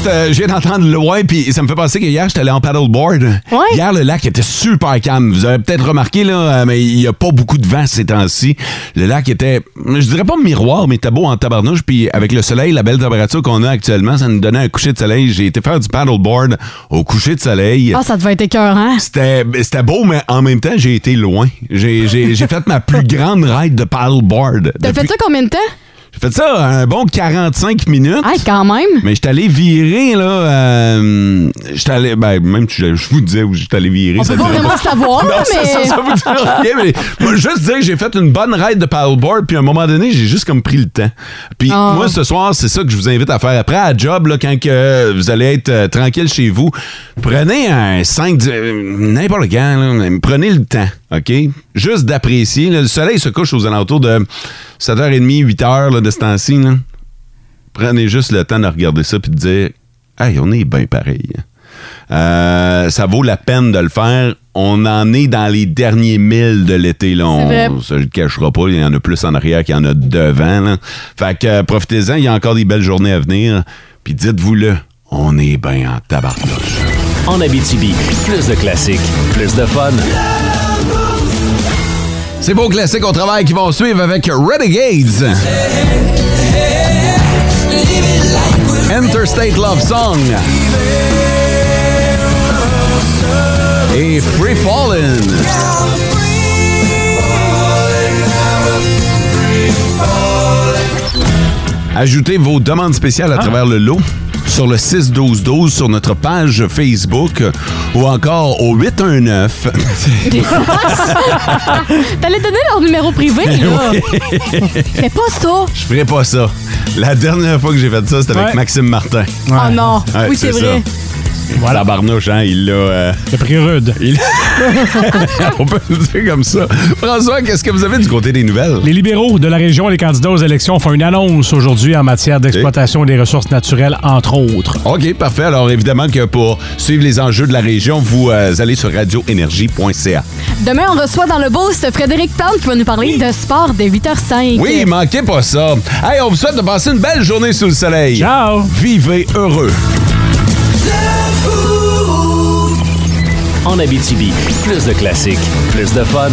Euh, je viens d'entendre le ouais, puis ça me fait penser que hier, j'étais allé en paddleboard. Hier, le lac était super calme. Vous avez peut-être remarqué, là, euh, mais il n'y a pas beaucoup de vent ces temps-ci. Le lac était, je dirais pas miroir, mais était beau en tabarnouche. Puis avec le soleil, la belle température qu'on a actuellement, ça nous donnait un coucher de soleil. J'ai été faire du paddleboard au coucher de soleil. Ah, ça devait être écœurant. C'était c'était beau, mais en même temps, j'ai été loin. J'ai j'ai- j'ai fait ma plus grande ride de paddleboard. T'as fait Depuis- ça combien de temps? J'ai fait ça un bon 45 minutes. Ah, quand même. Mais j'étais allé virer, là. Euh, j'étais allé. Ben, même si je je vous disais où j'étais allé virer. On ça peut pas dirait vraiment savoir, Non, là, ça, mais- ça, ça vous dira rien, mais moi, juste dire que j'ai fait une bonne ride de paddleboard, puis à un moment donné, j'ai juste comme pris le temps. Puis Ah. moi, ce soir, c'est ça que je vous invite à faire. Après, à job, là, quand que vous allez être euh, tranquille chez vous, prenez un 5, n'importe quand, là, mais prenez le temps, OK? Juste d'apprécier. là. le soleil se couche aux alentours de 7h30, 8h là, de ce temps-ci. là prenez juste le temps de regarder ça puis de dire Hey, on est bien pareil. Euh, ça vaut la peine de le faire. On en est dans les derniers milles de l'été. Là. On vrai. ça, je le cachera pas. Il y en a plus en arrière qu'il y en a devant. là. Fait que euh, profitez-en. Il y a encore des belles journées à venir. Puis dites-vous-le, on est bien en tabarnouche. En Abitibi, plus de classiques, plus de fun. C'est beau classique au travail qui vont suivre avec Renegades. Interstate Love Song. Et Free Fallen. Ajoutez vos demandes spéciales à travers le lot. sur le 6-12-12 sur notre page Facebook euh, ou encore au 819. T'allais donner leur numéro privé, là. Fais pas ça. Je ferai pas ça. La dernière fois que j'ai fait ça, c'était avec Ouais. Maxime Martin. Ah, Oh non. Ouais, oui, c'est vrai. ça. La barnouche, hein, il l'a. Le prix rude. On peut le dire comme ça. François, qu'est-ce que vous avez du côté des nouvelles? Les libéraux de la région et les candidats aux élections font une annonce aujourd'hui en matière d'exploitation des ressources naturelles, entre autres. OK, parfait. Alors, évidemment que pour suivre les enjeux de la région, vous euh, allez sur radioénergie.ca. Demain, on reçoit dans le boost Frédéric Plante qui va nous parler de sport dès 8h05. Oui, manquez pas ça. Hey, on vous souhaite de passer une belle journée sous le soleil. Ciao! Vivez heureux. En Abitibi, plus de classiques, plus de fun.